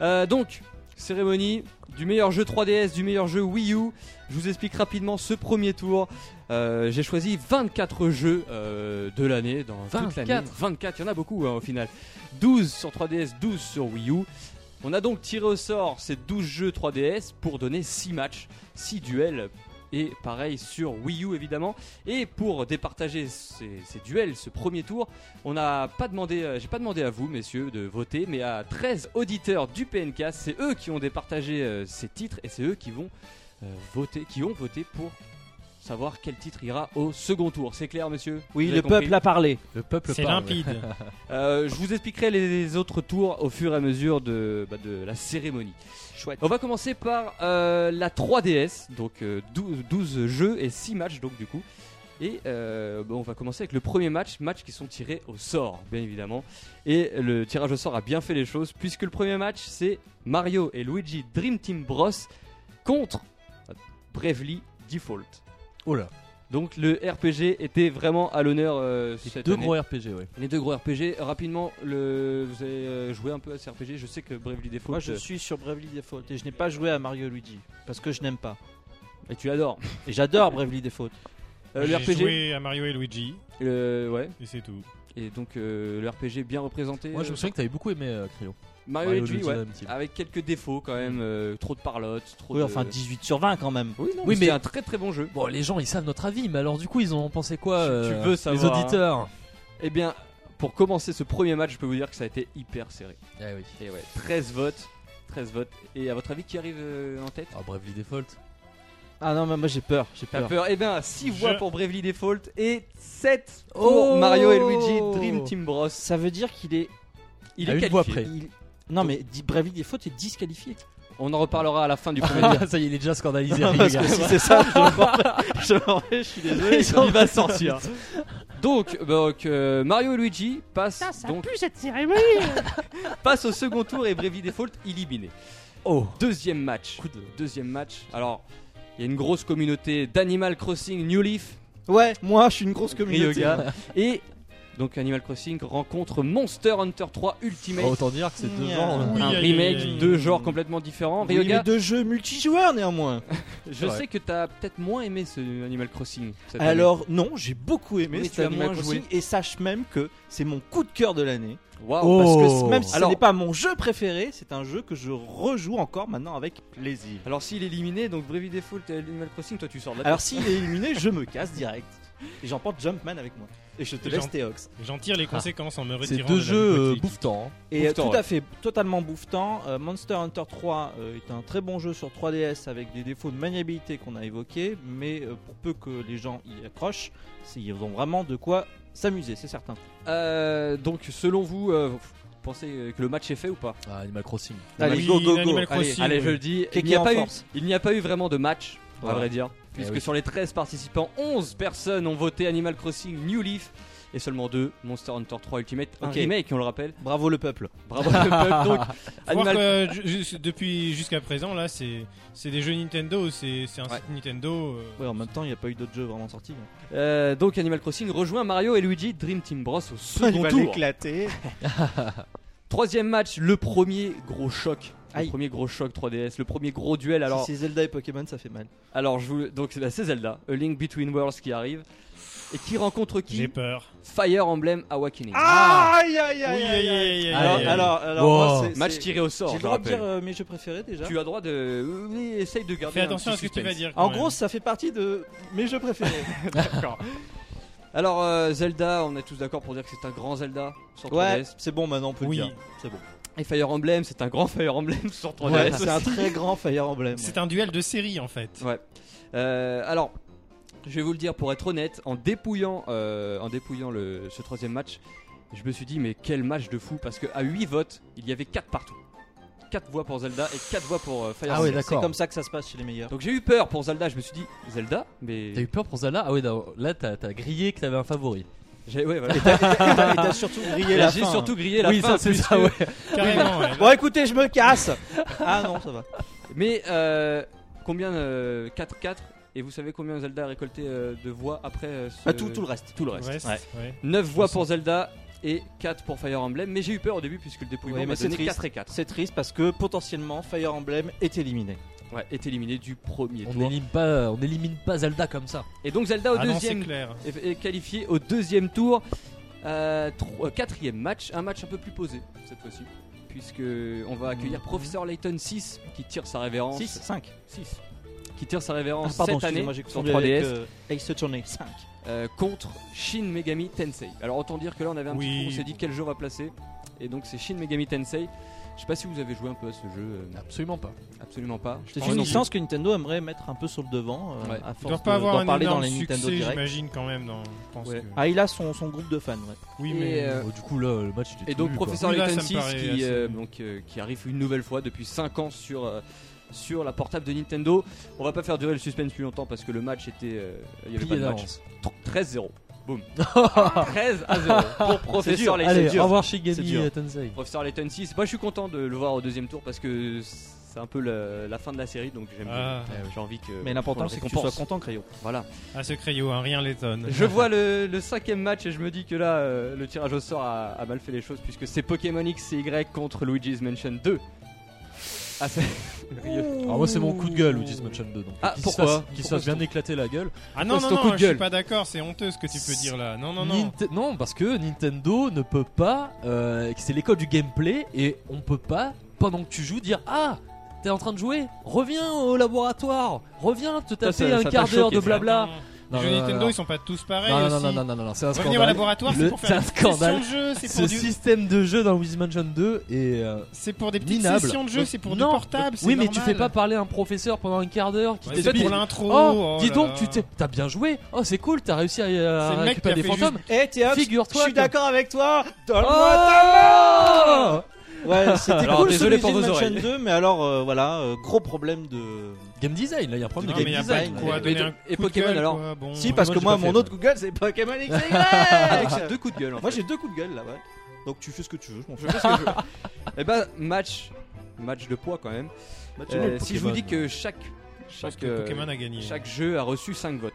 Euh, donc, cérémonie du meilleur jeu 3DS, du meilleur jeu Wii U. Je vous explique rapidement ce premier tour. Euh, j'ai choisi 24 jeux euh, de l'année, dans toute l'année.
24.
24, il y en a beaucoup hein, au final. 12 sur 3DS, 12 sur Wii U. On a donc tiré au sort ces 12 jeux 3DS pour donner 6 matchs, 6 duels. Et pareil sur Wii U évidemment. Et pour départager ces, ces duels, ce premier tour, on n'a pas demandé, euh, j'ai pas demandé à vous messieurs de voter, mais à 13 auditeurs du PNK, c'est eux qui ont départagé euh, ces titres et c'est eux qui vont euh, voter, qui ont voté pour savoir quel titre ira au second tour. C'est clair monsieur
Oui,
Vous
le
avez compris
peuple a parlé.
Le peuple
C'est
parle, ouais.
limpide.
Euh, je vous expliquerai les autres tours au fur et à mesure de, bah, de la cérémonie.
Chouette.
On va commencer par euh, la 3DS, donc euh, 12, 12 jeux et 6 matchs donc du coup. Et euh, bah, on va commencer avec le premier match, match qui sont tirés au sort bien évidemment. Et le tirage au sort a bien fait les choses puisque le premier match c'est Mario et Luigi Dream Team Bros contre Bravely Default.
Oh là,
Donc le RPG était vraiment à l'honneur euh,
c'est
cette
deux
année.
gros RPG, ouais.
Les deux gros RPG, rapidement, le... vous avez euh, joué un peu à ces RPG, je sais que Bravely Default,
Moi, je
euh,
suis sur Bravely Default et je n'ai pas joué à Mario et Luigi parce que je n'aime pas.
et tu adores.
Et j'adore Bravely Default.
Euh, le
J'ai
RPG,
joué à Mario et Luigi,
euh, ouais,
et c'est tout.
et donc euh, le RPG bien représenté.
Moi je me
euh, Ah
souviens que t'avais beaucoup aimé euh, Cryo.
Mario, et Luigi, ouais,
Dream Team.
avec quelques défauts quand même, euh, trop de parlotte, trop
Oui,
de...
enfin 18 sur 20 quand même.
Oui, non,
Oui,
mais,
mais-
c'est un très très bon jeu.
Bon, les gens ils savent notre avis, mais alors du coup ils ont pensé quoi
Tu- tu
euh,
veux
Les
savoir, hein.
auditeurs
Eh bien, pour commencer ce premier match, je peux vous dire que ça a été hyper serré.
Ah oui.
Et ouais, 13 votes, 13 votes, et à votre avis, qui arrive euh, en tête
Ah, Bravely Default.
Ah non, mais moi j'ai peur, j'ai
T'as
peur.
peur Eh bien, 6 voix
Je-
pour Bravely Default et 7 pour
Oh
Mario et Luigi Dream Team Bros.
Ça veut dire qu'il est,
Il
À
est
une voix
qualifié.
près.
il- Non mais dit- Bravely Default est disqualifié.
On en reparlera à la fin du premier match.
ça y est, il est déjà scandalisé. les gars.
c'est ça,
je m'en vais, je suis désolé, il va
hein.
sortir. Donc, donc, euh, Mario et Luigi passent, donc,
cette cérémonie
passent au second tour et Bravely Default éliminé.
Oh.
Deuxième match.
Coup de-
Deuxième match. Alors, il y a une grosse communauté d'Animal Crossing New Leaf,
Ouais, moi je suis une grosse communauté.
Ryoga, et donc Animal Crossing rencontre Monster Hunter 3 Ultimate.
Oh, autant dire que c'est hein. deux ans.
Oui,
un
aïe, aïe,
remake,
aïe, aïe.
deux genres complètement différents.
Oui,
Ryoga,
mais deux jeux multijoueurs néanmoins.
je
Ouais.
sais que t'as peut-être moins aimé ce Animal Crossing. cette année.
Alors non, j'ai beaucoup aimé
Oui, mais
cet
tu as
Animal
moins
Crossing
joué.
et sache même que c'est mon coup de cœur de l'année.
Waouh.
Oh.
Parce que c- même si
Alors-
ce n'est pas mon jeu préféré, c'est un jeu que je rejoue encore maintenant avec plaisir.
Alors s'il est éliminé, donc Bravely Default et Animal Crossing, toi tu sors de la
Alors s'il est éliminé, je me casse direct. Et j'emporte Jumpman avec moi. Et je te
Et
laisse
j'en-
tes ox.
J'en tire
Ah.
les conséquences en me
C'est
retirant.
deux
de la
jeux euh,
boutique.
bouffetants. hein.
Et euh,
Bouffetant,
tout
ouais.
à fait, totalement bouffetant. euh, Monster Hunter 3 euh, est un très bon jeu sur 3DS avec des défauts de maniabilité qu'on a évoqués, mais euh, pour peu que les gens y accrochent, c'est- ils ont vraiment de quoi s'amuser, c'est certain.
Euh, donc selon vous, euh, pensez euh, que le match est fait ou pas
Ah, Animal Crossing.
Allez,
Oui,
go, go, go.
Animal
Allez,
Crossing,
Allez,
oui.
je le dis,
Qui est
il n'y a,
en
pas eu-
force
il n'y a pas eu vraiment de match, à
Voilà. Eh
vrai dire, puisque
oui.
sur les 13 participants, 11 personnes ont voté Animal Crossing New Leaf et seulement 2 Monster Hunter 3 Ultimate, un
Ok.
remake, on le rappelle.
Bravo le peuple.
Bravo le peuple, donc
Faut voir
Animal
que, ju- ju- depuis jusqu'à présent, là, c'est c'est des jeux Nintendo, c'est c'est un
Ouais.
site Nintendo. euh,
Ouais, en même temps, il n'y a pas eu d'autres jeux vraiment sortis. hein.
Euh, donc Animal Crossing rejoint Mario et Luigi Dream Team Bros au
Ah,
second tour.
l'éclater.
Troisième match, le premier gros choc. Le
Aïe.
premier gros choc 3DS, le premier gros duel. Alors,
si c'est Zelda et Pokémon, ça fait mal.
alors je vous... donc bah, c'est Zelda, A Link Between Worlds qui arrive et qui rencontre
J'ai
qui
peur.
Fire Emblem Awakening.
Ah, Aïe aïe
Oui, aïe, aïe, aïe,
Alors,
aïe.
alors, alors,
Wow.
moi, c'est-
match
c'est-
tiré au sort.
J'ai le
je
droit de dire
rappelle.
euh, mes jeux préférés déjà.
Tu as droit de oui, essaye de garder.
Fais
un
attention à
petit
ce que tu
suspense.
vas dire. quand
En
même.
gros, ça fait partie de mes jeux préférés.
Alors euh, Zelda, on est tous d'accord pour dire que c'est un grand Zelda sur 3DS.
ouais, c'est bon maintenant, on peut
Oui.
le dire. C'est bon.
Et Fire Emblem, c'est un grand Fire Emblem sur 3DS.
Ouais, c'est un très grand Fire Emblem.
c'est un duel de série en fait.
Ouais. Euh, alors, je vais vous le dire pour être honnête, en dépouillant, euh, en dépouillant le, ce troisième match, je me suis dit mais quel match de fou parce que à 8 votes, il y avait 4 partout. 4 voix pour Zelda et 4 voix pour euh, Fire
Ah
Emblem.
ouais, d'accord.
C'est comme ça que ça se passe chez les meilleurs.
Donc j'ai eu peur pour Zelda, je me suis dit Zelda, mais
T'as eu peur pour Zelda Ah ouais, d'accord. là t'as t'as grillé que t'avais un favori.
j'ai ouais, voilà.
Et t'as et t'as surtout grillé la
Ah. j'ai
fin,
surtout grillé la fin. puisque-
Carrément. ouais.
hein. Bon, écoutez, je me casse. Ah non, ça va.
Mais euh, combien 4-4 et vous savez combien Zelda a récolté euh, de voix après euh, ce-
Ah, tout, tout le reste.
tout le
Le reste,
reste.
Ouais.
ouais.
9 voix pour Zelda et 4 pour Fire Emblem. Mais j'ai eu peur au début puisque le dépouillement
Ouais, mais
m'a
c'est
donné
triste.
4 et 4.
C'est triste parce que potentiellement Fire Emblem est éliminé.
Ouais, est éliminé du premier
On
tour.
élimine pas, on élimine pas Zelda comme ça.
Et donc Zelda au
Ah non, c'est
deuxième
clair.
est est qualifié au deuxième tour. Euh, tro- euh, quatrième match, un match un peu plus posé cette fois-ci. Puisque on va accueillir
Mhm.
Professeur Layton 6 qui tire sa révérence.
6, 5.
6. Qui tire sa révérence cette année
Ah, excusez-moi, j'ai
sur
confondu
3DS
avec euh, Ace Attorney 5.
euh, contre Shin Megami Tensei. Alors autant dire que là on avait un
Oui.
petit trou, on s'est dit quel jeu on va placer. Et donc c'est Shin Megami Tensei. Je sais pas si vous avez joué un peu à ce jeu. euh,
Absolument pas.
absolument pas.
C'est
Moi
une
non plus.
licence que Nintendo aimerait mettre un peu sur le devant, euh,
Ouais.
à
Il doit
force
pas
de- d'en
avoir un
parler dans
énorme
les Nintendo
succès,
Direct.
j'imagine quand même. Dans, je pense
Ouais.
que-
Ah, il a son, son groupe de fans, ouais.
Oui,
Et,
mais
euh,
Bon, Oh, du coup là, le match. était
Et donc
nul, quoi.
Professeur
Oui, là,
Layton
ça
6
me paraît
qui,
assez-
euh, donc, euh, qui arrive une nouvelle fois depuis 5 ans sur, euh, sur la portable de Nintendo. On va pas faire durer le suspense plus longtemps parce que le match était... euh, Il y avait
Plié
pas de match.
d'avance.
13-0. Boum. 13 à 0 pour Professeur Layton.
Allez,
C'est
au
dur.
revoir
C'est
Shigami
dur.
euh, Tensei.
Professeur Layton 6. Moi je suis content de le voir au deuxième tour parce que c'est un peu la, la fin de la série donc j'aime
Ah.
euh, j'ai envie que...
Mais l'important, c'est que tu sois content, Crayon.
Voilà.
à ce crayon, hein, rien l'étonne.
Je vois le, le cinquième match et je me dis que là, euh, le tirage au sort a, a mal fait les choses puisque c'est Pokémon X et Y contre Luigi's Mansion 2. Ah, c'est- Rieux.
Alors Ah, moi c'est mon coup de gueule, Luigi's Mansion 2. Donc,
Ah,
Qu'il se
pourquoi
fasse- Qu'il se
Pourquoi
fasse bien éclater la gueule.
Ah non, non,
Poste au
non,
coup de
je suis
gueule.
pas d'accord, c'est honteux ce que tu peux dire là. Non, non, non.
Ninte- parce que Nintendo ne peut pas. euh, c'est l'école du gameplay et on peut pas, pendant que tu joues, dire Ah, t'es en train de jouer Reviens au laboratoire Reviens te
Ça,
taper
ça-
un
ça t'a
quart d'heure
choqué,
de
ça.
blabla
Les
Non,
jeux
non, non,
Nintendo,
non.
ils sont pas tous pareils.
Non, non,
aussi.
non, non, non, non, non, c'est un
Revenir au
scandale.
laboratoire, c'est
Le-
pour
c'est
faire
un
une session
scandale.
de jeu, c'est
Ce
pour du.
système de jeu dans Luigi's Mansion 2 est euh,
C'est pour des petites
minable. Euh,
sessions de jeu, c'est pour
Non,
du portable.
Oui,
c'est
mais tu fais pas
normal.
parler à un professeur pendant un quart d'heure qui
Ouais, C'est
t'explique.
pour l'intro.
Oh, dis
là
donc,
là.
tu t'es- t'as bien joué. Oh, c'est cool, t'as réussi à, à
C'est le mec
récupérer
qui a
des
fait juste-
fantômes.
Eh, Théops,
Figure-toi
je suis
que-
d'accord avec toi. Donne-moi
Oh
ta- Ouais, c'était
Alors,
cool
désolé
ce
pour
Luigi's
vos
Mansion 2, mais alors euh, voilà, euh, gros problème de.
Game design, là, il y a un problème
Non,
de
mais y
game
a pas
design.
de
mais-
quoi
mais
donner
de-
un
et
coup de gueule,
Pokémon, alors
quoi, bon.
Si, parce que
j'ai
moi,
pas fait,
mon
moi.
autre coup de gueule, c'est Pokémon XY.
J'ai deux coups de gueule. hein. En
Moi,
fait.
j'ai deux coups de gueule là, ouais. Donc tu fais ce que tu veux, je m'en fous.
Je fais ce que je veux. Eh ben, match, match de poids quand même.
Match
Euh,
nul,
si je
Bah, Pokémon.
vous dis que chaque, chaque,
Parce que
euh,
Pokémon a gagné.
chaque jeu a reçu 5 votes,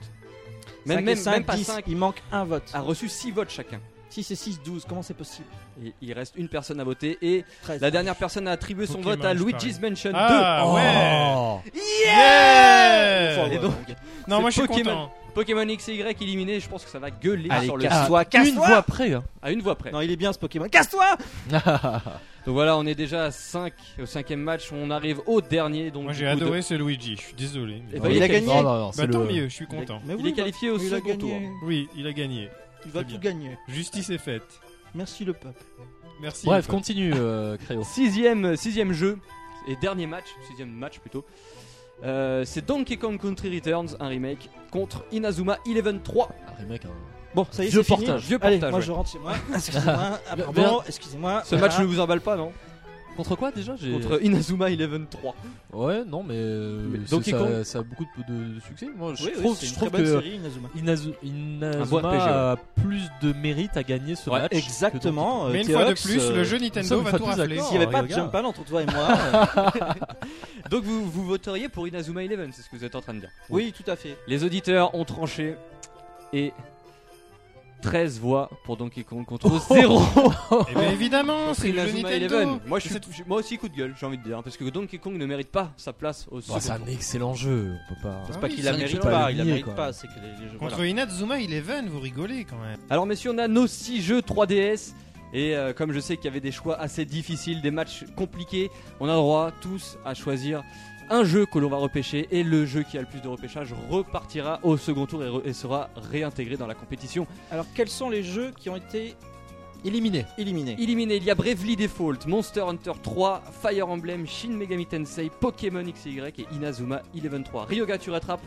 Cinq
même,
et
même,
cinq,
même pas
dix,
5,
il manque un vote.
a reçu 6 votes chacun.
6 et 6, 12, comment c'est possible
Et il reste une personne à voter et la dernière personne à attribuer son
Pokémon,
vote à
je
Luigi's Mansion 2.
Oh
Ah ouais.
Enfin,
Yeah
ouais,
Et donc,
ok.
Non,
c'est
moi je suis
Pokémon.
content.
Pokémon X et Y éliminé, je pense que ça va gueuler
Allez,
sur le
casse-
site
Casse-toi,
une
casse-toi
voix après. hein.
à une voix près.
Non, il est bien ce Pokémon. Casse-toi
Donc voilà, on est déjà à 5 au cinquième match, on arrive au dernier. Donc
Moi
du
j'ai
coup, de-
adoré ce Luigi, je suis désolé. mais-
Ah
Eh
Bah,
ben,
il a
qualifié.
gagné.
Non, non, non, Oh c'est
Bah tant
le-
mieux, je suis content.
Mais
Il
oui,
est qualifié au
bah, il a
second tour.
gagné.
Oui, il a gagné.
Il va
C'est
tout
bien.
gagner.
Justice est faite.
Merci le peuple.
Merci.
Bref,
Nicolas.
continue, euh, Créo.
Sixième, sixième jeu et dernier match, sixième match plutôt. Euh, c'est Donkey Kong Country Returns, un remake contre Inazuma 11-3.
Ah, remake, hein.
Bon, ça y est,
Vieux
c'est fini.
portage.
Vieux
Allez,
portage,
moi
ouais.
je rentre chez moi. Excusez-moi. Ah,
Bien-
pardon, excusez-moi.
Ce
Voilà.
match ne vous emballe pas, non
Contre quoi déjà J'ai-
Contre Inazuma 11-3.
Ouais, non, mais, euh,
Mais
c'est-
Donkey
ça,
Kong
ça a beaucoup de, de- de succès. Moi, je
Oui, oui,
trouve,
c'est
je
une
trouve
très bonne
que
série, Inazuma.
Inazu-
bon
Inazuma
RPG, ouais.
a plus de mérite à gagner ce match. que Donkey
Exactement.
Mais
euh,
une fois de
Théox,
plus,
euh,
le jeu
nous sommes
Nintendo va
pas
tout
tous
rafler.
d'accord.
S'il n'y avait
Oh,
pas de hein,
regarde.
jump pal entre toi et moi. euh,
Donc vous, vous voteriez pour Inazuma 11, c'est ce que vous êtes en train de dire.
oui, tout à fait.
Les auditeurs ont tranché et 13 voix pour Donkey Kong contre 0
Eh ben, évidemment,
contre
Oh, c'est le jeu
Inazuma
Nintendo.
11. Moi, je
C'est
suis, je- moi aussi coup de gueule, j'ai envie de dire, hein, parce que Donkey Kong ne mérite pas sa place au
Kong. Oh,
second
c'est un
tour.
excellent jeu. On peut pas. Hein
Ah
C'est pas
Bah, oui,
qu'il la
c'est
mérite pas,
vrai.
il la
Oublié,
mérite
quoi.
pas, c'est que les, les jeux.
Contre
voilà.
Inazuma Eleven, vous rigolez quand même.
Alors messieurs, on a nos 6 jeux 3DS. Et euh, comme je sais qu'il y avait des choix assez difficiles, des matchs compliqués, on a droit tous à choisir un jeu que l'on va repêcher et le jeu qui a le plus de repêchage repartira au second tour et, re- et sera réintégré dans la compétition.
Alors, quels sont les jeux qui ont été
Éliminé.
éliminés
Éliminé, il y a Bravely Default, Monster Hunter 3, Fire Emblem, Shin Megami Tensei, Pokémon XY et Inazuma 11-3. Ryoga, tu rattrapes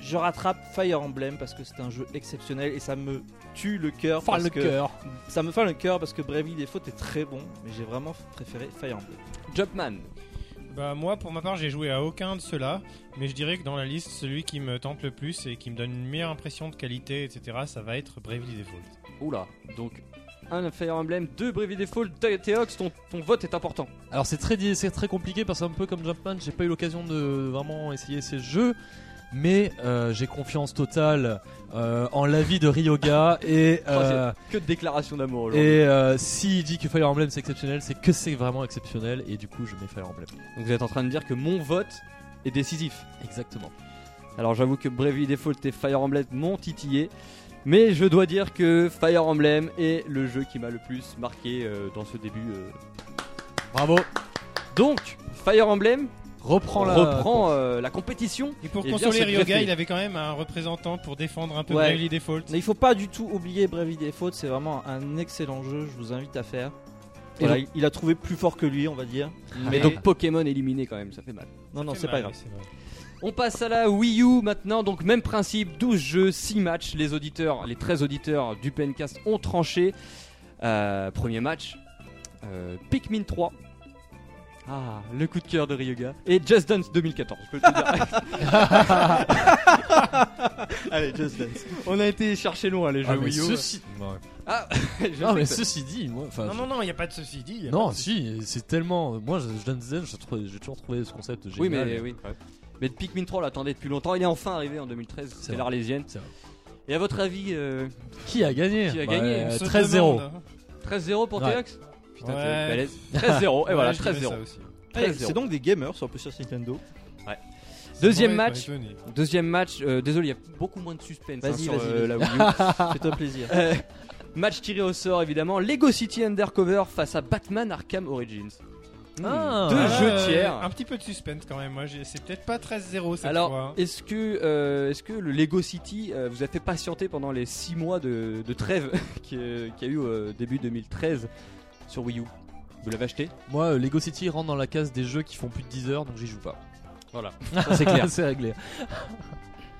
Je rattrape Fire Emblem parce que c'est un jeu exceptionnel et ça me tue le cœur.
Enfin,
parce
le
que-
cœur.
Ça me fait le cœur parce que Bravely Default est très bon, mais j'ai vraiment préféré Fire Emblem.
Jumpman.
Bah moi, pour ma part, j'ai joué à aucun de ceux-là, mais je dirais que dans la liste, celui qui me tente le plus et qui me donne une meilleure impression de qualité, etc., ça va être Bravely Default.
Oula, donc un Fire Emblem, deux Bravely Default, Thé- Théox, ton, ton vote est important.
Alors c'est très, di- c'est très compliqué parce que un peu comme Jumpman, j'ai pas eu l'occasion de vraiment essayer ces jeux, mais euh, j'ai confiance totale euh, en l'avis de Ryoga et euh,
Que de déclaration d'amour aujourd'hui.
et euh, s'il dit que Fire Emblem c'est exceptionnel, c'est que c'est vraiment exceptionnel et du coup je mets Fire Emblem.
Donc vous êtes en train de dire que mon vote est décisif.
Exactement.
Alors j'avoue que Bravely Default et Fire Emblem m'ont titillé. Mais je dois dire que Fire Emblem est le jeu qui m'a le plus marqué euh, dans ce début. euh.
Bravo.
Donc, Fire Emblem
Reprends la.
reprend euh, la compétition.
Et pour
Eh bien,
consoler
c'est
Ryoga,
greffé.
il avait quand même un représentant pour défendre un peu
Ouais.
Bravely Default.
Mais il faut pas du tout oublier Bravely Default, c'est vraiment un excellent jeu, je vous invite à faire. Et
Voilà,
donc, il a trouvé plus fort que lui, on va dire.
Mais donc Pokémon éliminé quand même, ça fait mal.
non, non,
fait
c'est
mal,
pas grave.
mais c'est vrai.
On passe à la Wii U maintenant, donc même principe, 12 jeux, 6 matchs, les auditeurs, les 13 auditeurs du PNCast ont tranché. Euh, premier match, euh, Pikmin 3. Ah, le coup de cœur de Ryuga. Et Just Dance 2014, je peux te le dire.
Allez, Just Dance.
On a été chercher loin les jeux
Ah, mais
Wii U.
ceci.
Je
Non,
sais
Ah, mais
que-
ceci dit, moi. enfin,
Non,
je-
non, non, il n'y a pas de ceci dit. y a
Non,
pas de-
si, c'est tellement. Moi, je- je donne Zen, je trouve- j'ai toujours trouvé ce concept génial.
Oui, mais oui. Mais Pikmin 3 on l'attendait depuis longtemps, il est enfin arrivé en 2013, c'est
vrai.
l'Arlésienne.
C'est vrai.
Et à votre avis, euh,
Qui a gagné
Qui a
Bah,
gagné
euh,
On se
13-0.
demande.
13-0 pour
Ouais.
Théox Putain,
Ouais.
t'es balèze. 13-0, et voilà,
Ouais, je dirais
13-0.
ça aussi.
C'est donc des gamers sur sur Nintendo.
Deuxième
Ouais,
match.
t'aurais étonné.
Deuxième match, euh, désolé, il y a beaucoup moins de suspense
Vas-y,
hein, sur
vas-y, vas-y.
euh, la Wii U.
Fais-toi Ah. plaisir.
Euh, match tiré au sort évidemment, Lego City Undercover face à Batman Arkham Origins. Hmm.
Ah,
Deux
Ah,
jeux
euh,
tiers.
Un petit peu de suspense quand même. Moi, j'ai- c'est peut-être pas 13-0 cette fois.
Alors,
hein.
est-ce que, euh, est-ce que le Lego City euh, vous a fait patienter pendant les 6 mois de, de trêve qu'il y a- qu'il y a eu euh, début 2013 sur Wii U Vous l'avez acheté
Moi, euh, Lego City rentre dans la case des jeux qui font plus de 10 heures, donc j'y joue pas.
Voilà, ça c'est clair.
c'est réglé.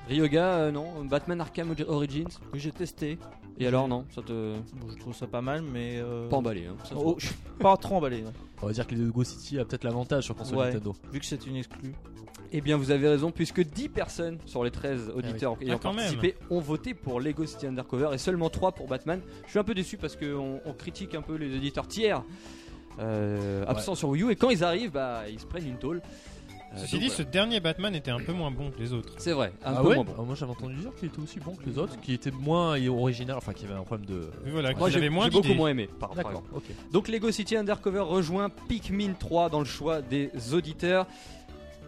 Ryoga, euh, non Batman Arkham Origins
Oui, j'ai testé.
Et alors, non Ça te.
Bon, je trouve ça pas mal, mais. euh,
Pas emballé, hein. Ça se
oh, je suis pas trop emballé. ouais.
On va dire que Lego City a peut-être l'avantage sur console
Ouais.
Nintendo.
Vu que c'est une exclue.
Eh bien, vous avez raison, puisque 10 personnes sur les 13 auditeurs ayant
Ah, quand
participé ont voté pour Lego City Undercover et seulement 3 pour Batman. Je suis un peu déçu parce qu'on on critique un peu les auditeurs tiers euh, absents sur Wii U et quand ils arrivent, bah, ils se prennent une tôle. Euh,
Ceci
donc
dit,
voilà.
ce dernier Batman était un peu moins bon que les autres.
c'est vrai, un
ah
peu
ouais
moins bon.
Ah, Moi j'avais entendu dire qu'il était aussi bon que les autres, qu'il était moins et original, enfin qu'il y avait un problème de.
Mais voilà,
Moi,
qu'ils
j'ai
avaient moins
j'ai beaucoup
d'idées.
moins aimé. par- par
D'accord,
exemple.
ok.
Donc, Lego City Undercover rejoint Pikmin 3 dans le choix des auditeurs.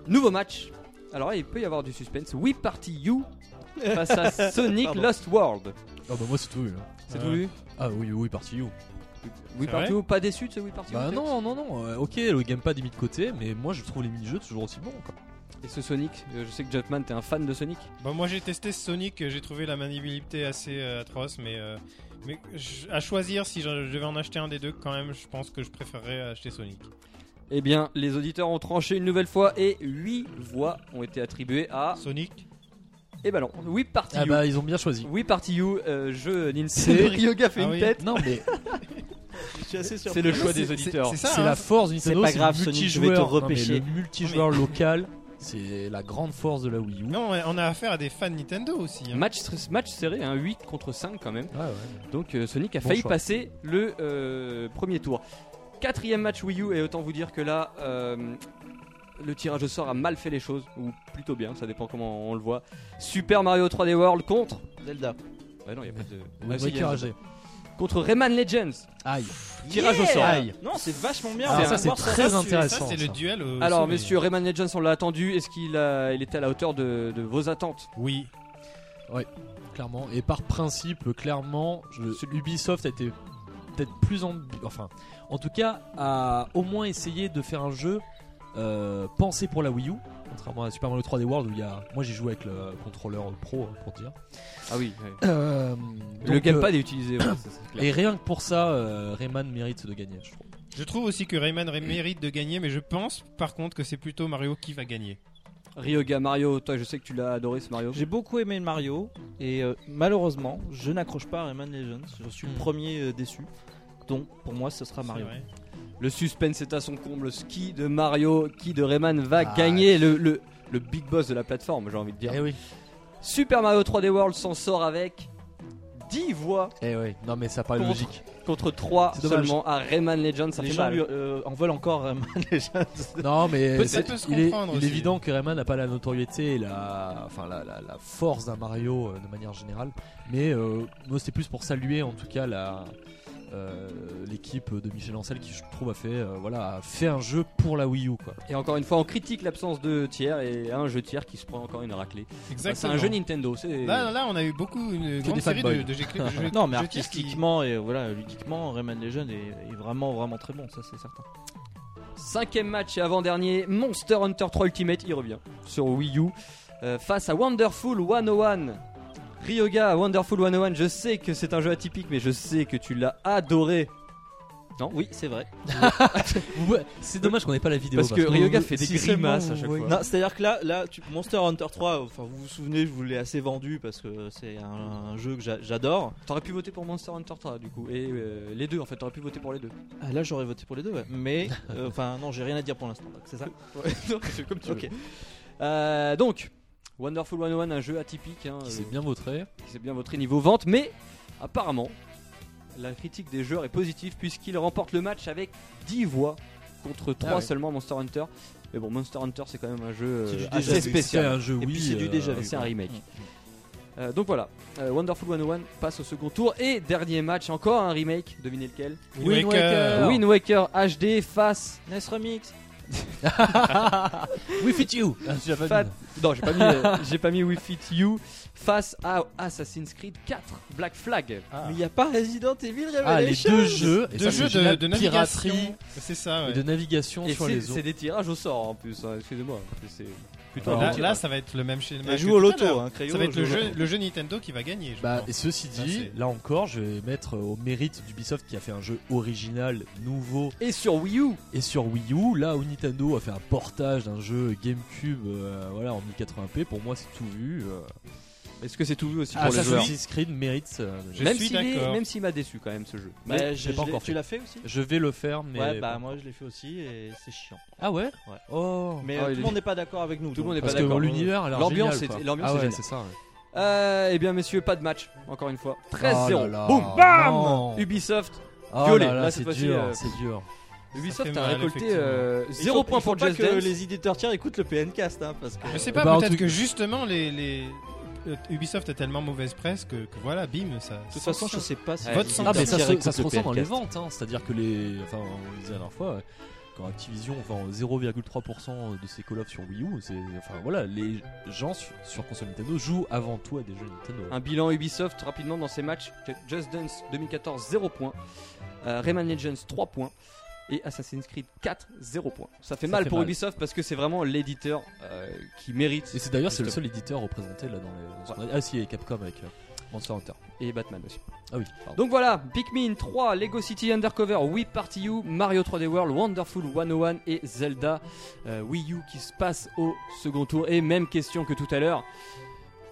Nouveau match. Alors là, il peut y avoir du suspense. We Party You face à Sonic
Pardon.
Lost World.
Ah bah moi c'est tout.
C'est
Ouais.
tout lu
Ah oui, oui, parti you.
Oui,
C'est
partout,
vrai
pas déçu de ce Oui, partout.
Bah non, non, non, euh, ok, le gamepad est mis de côté, mais moi je trouve les mini-jeux toujours aussi bons. Quoi.
Et ce Sonic, euh, je sais que Jumpman, t'es un fan de Sonic.
Bah, moi, j'ai testé Sonic, euh, j'ai trouvé la maniabilité assez euh, atroce, mais, euh, mais je- à choisir, si je, je devais en acheter un des deux, quand même, je pense que je préférerais acheter Sonic.
Eh bien, les auditeurs ont tranché une nouvelle fois et 8 voix ont été attribuées à
Sonic
Et ben non, Whip Party
Ah
U.
bah ils ont bien choisi.
Whip Party U, euh, jeu
C'est-
Nintendo. Ryoga fait
Ah
une
oui.
tête.
Non mais
Je suis assez
C'est
surpris.
le choix
Ah, C'est-
des
c'est-
auditeurs.
C'est ça.
c'est
hein.
la force de Nintendo.
pas
c'est le
grave, Sonic, je vais te
multijoueur. Non, mais
repêcher.
le multijoueur local, c'est la grande force de la Wii U.
Non, on a affaire à des fans Nintendo aussi. hein.
Match, match serré, hein, 8 contre 5 quand même.
Ah Ouais, ouais.
Donc euh, Sonic a
Bon
failli
choix.
passer le euh, premier tour. Quatrième match Wii U et autant vous dire que là, euh, le tirage au sort a mal fait les choses, ou plutôt bien, ça dépend comment on le voit. Super Mario 3D World contre...
Zelda.
Bah non, y a pas de...
Ouais,
Ah, si,
ouais,
y a-
tiragé.
Contre Rayman Legends.
Aïe.
Tirage au sort.
Aïe. Non, c'est vachement bien.
Ah,
on va
ça, c'est
voir
très
Ça, c'est-
intéressant,
Ça, c'est le
ça.
duel. au
Alors
sommet.
messieurs, Rayman Legends, on l'a attendu, est-ce qu'il a... il était à la hauteur de, de vos attentes
Oui.
clairement. Et par principe, euh, clairement, je- Ubisoft a été peut-être plus en, enfin, en tout cas, a au moins essayé de faire un jeu euh, pensé pour la Wii U, contrairement à Super Mario 3D World où il y a, moi j'ai joué avec le contrôleur pro hein, pour dire.
Ah oui,
Euh,
le
donc,
gamepad est utilisé. voilà, ça, c'est
euh,
clair.
et rien que pour ça, euh, Rayman mérite de gagner, je trouve.
Je trouve aussi que Rayman ré- mérite de gagner, mais je pense par contre que c'est plutôt Mario qui va gagner.
Ryoga Mario, toi je sais que tu l'as adoré ce Mario.
J'ai beaucoup aimé le Mario et euh, malheureusement, je n'accroche pas à Rayman Legends. Je suis le
Hmm.
premier euh, déçu. Donc pour moi, ce sera Mario.
C'est vrai.
Le suspense est à son comble. Ce qui de Mario, qui de Rayman va
Ah, Eh
gagner le, le, le big boss de la plateforme, j'ai envie de dire.
oui.
Super Mario 3D World s'en sort avec 10 voix
Eh oui. Non mais ça paraît
Contre-
logique.
contre 3
C'est dommage.
seulement à Rayman Legends. Ça
Les
fait
gens
mal.
lui, euh, en veulent encore Rayman Legends.
Non mais
Peut-être
c'est-
peut se
il, est,
comprendre
il est
aussi.
évident que Rayman n'a pas la notoriété et la, enfin, la, la- la force d'un Mario euh, de manière générale. Mais euh, moi c'était plus pour saluer en tout cas la euh, l'équipe de Michel Ancel qui je trouve a fait euh, voilà a fait un jeu pour la Wii U quoi.
Et encore une fois, on critique l'absence de tiers et un jeu tiers qui se prend encore une raclée. Enfin, Bah, c'est
Exactement.
un jeu Nintendo. C'est
Là, là, on a eu beaucoup une grande
des
série de,
fanboys.
de jeux clés- de jeux-
Non, mais
jeux tiers qui-
artistiquement et euh, voilà, ludiquement, Rayman Legends est, est vraiment vraiment très bon, ça c'est certain.
Cinquième match et avant-dernier, Monster Hunter 3 Ultimate, il revient sur Wii U euh, face à Wonderful 101. Ryoga, Wonderful 101, je sais que c'est un jeu atypique, mais je sais que tu l'as adoré.
Oui, c'est vrai.
C'est dommage qu'on n'ait pas la vidéo
Parce que Ryoga fait des grimaces à chaque fois.
Non, c'est-à-dire que là, là, tu- Monster Hunter 3, enfin vous vous souvenez, je vous l'ai assez vendu parce que c'est un, un jeu que j'a- j'adore.
T'aurais pu voter pour Monster Hunter 3 du coup, et euh, les deux en fait, t'aurais pu voter pour les deux.
Ah, là, j'aurais voté pour les deux, ouais. mais euh, enfin non, j'ai rien à dire pour l'instant. donc C'est ça.
comme
tu veux.
Euh, donc, Wonderful 101, un jeu atypique, hein,
Qui s'est
euh,
bien vautré.
qui s'est bien voté niveau vente, mais apparemment, la critique des joueurs est positive puisqu'il remporte le match avec 10 voix
Ah
contre 3
ouais.
seulement Monster Hunter. Mais bon, Monster Hunter c'est quand même un jeu
C'est du
euh,
déjà
assez
vu.
Ah, C'est
spécial.
un jeu
Et
Wii.
puis c'est du déjà
euh,
vu.
C'est un
quoi.
remake.
Mm.
Euh, donc voilà, euh, Wonderful 101 passe au second tour et dernier match, encore un remake, devinez lequel Euh,
Wind
Wind
Waker.
Waker.
Wind Waker HD face.
NES Remix.
We Fit You. Ah, tu l'as pas
Fat-
vu.
Non, j'ai pas mis, euh, j'ai pas mis We Fit You face à Assassin's Creed 4 Black Flag.
Mais il n'y a pas Resident Evil Revelation.
Ah, les deux jeux, et
Ah. Deux
ça,
jeux
c'est
de,
génial,
de
piraterie
navigation. C'est ça,
et
ouais.
de navigation
Et
sur
c'est,
les eaux.
c'est des tirages au sort en plus, hein, excusez-moi. C'est plutôt
Alors,
un
Là,
bon
là,
tirage.
ça va être le même schéma.
Elle
que
joue
tout
au
à
loto,
l'heure.
hein, Crayo,
Ça va être
joue
le
au
jeu,
loto.
le jeu Nintendo qui va gagner. je
Bah,
pense.
et ceci
Ça,
dit,
c'est-
là encore, je vais mettre euh, au mérite d'Ubisoft qui a fait un jeu original, nouveau
Et sur Wii U,
et sur Wii U. Là où Nintendo a fait un portage d'un jeu GameCube euh, voilà, en 1080p, pour moi c'est tout vu. euh.
est-ce que c'est tout vu aussi
Ah,
pour les joueurs
Assassin's Creed mérite. euh,
Je
même
suis
s'il est-
d'accord.
même s'il m'a déçu quand même ce jeu.
Bah,
Mais
je-
j'ai pas
je l'ai-
encore
Tu
fait.
l'as fait aussi
Je vais le faire, mais.
Ouais, bah moi je l'ai fait aussi et c'est chiant.
Ah ouais,
Ouais.
Oh
Mais
Ah,
euh,
il
tout
est-
le monde n'est pas d'accord avec nous.
Tout le
donc.
monde n'est pas
Parce que
d'accord.
l'univers a l'air
L'ambiance
génial,
est-
quoi.
l'ambiance
Ah
est
ouais,
géniale.
c'est ça. ouais.
Euh, eh bien messieurs, pas de match, encore une fois.
Oh
13-0.
là là,
Boum
non.
Bam Ubisoft.
Oh
Violet,
là là,
là, cette
c'est
fois-ci,
dur,
euh,
c'est dur.
Ubisoft
fait
a
mal,
récolté
effectivement.
euh,
Il faut-
0 points
il faut
pour
pas
Just
que
Dance.
les éditeurs tiers écoutent le PNcast hein, parce que
Je sais pas,
Bah, en
peut-être
tout-
que justement, les, les- euh, Ubisoft a tellement mauvaise presse que, que voilà, bim, ça.
de toute façon, je sais pas si
Ouais,
les
ils-
éditeurs
Ah, mais ça
tiers
se,
écoutent
ça se
le
ressent dans les
PNcast.
ventes, hein. c'est-à-dire que les. Enfin, on le disait la dernière fois, ouais, quand Activision vend 0,3% de ses call-offs sur Wii U, c'est. Enfin voilà, les gens sur, sur console Nintendo jouent avant tout à des jeux Nintendo.
Un bilan Ubisoft rapidement dans ces matchs. Just Dance 2014 0 points. Euh, Rayman Legends 3 points. Et Assassin's Creed 4 0 points. Ça fait
Ça
mal
fait
pour
mal.
Ubisoft parce que c'est vraiment l'éditeur euh, qui mérite.
Et c'est d'ailleurs c'est le seul éditeur représenté là dans les. dans son- Ah si, et Capcom avec euh, Monster Hunter.
Et Batman aussi.
Ah oui, pardon.
Donc voilà, Pikmin 3, Lego City Undercover, Wii Party U, Mario 3D World, Wonderful 101 et Zelda euh, Wii U qui se passe au second tour. Et même question que tout à l'heure,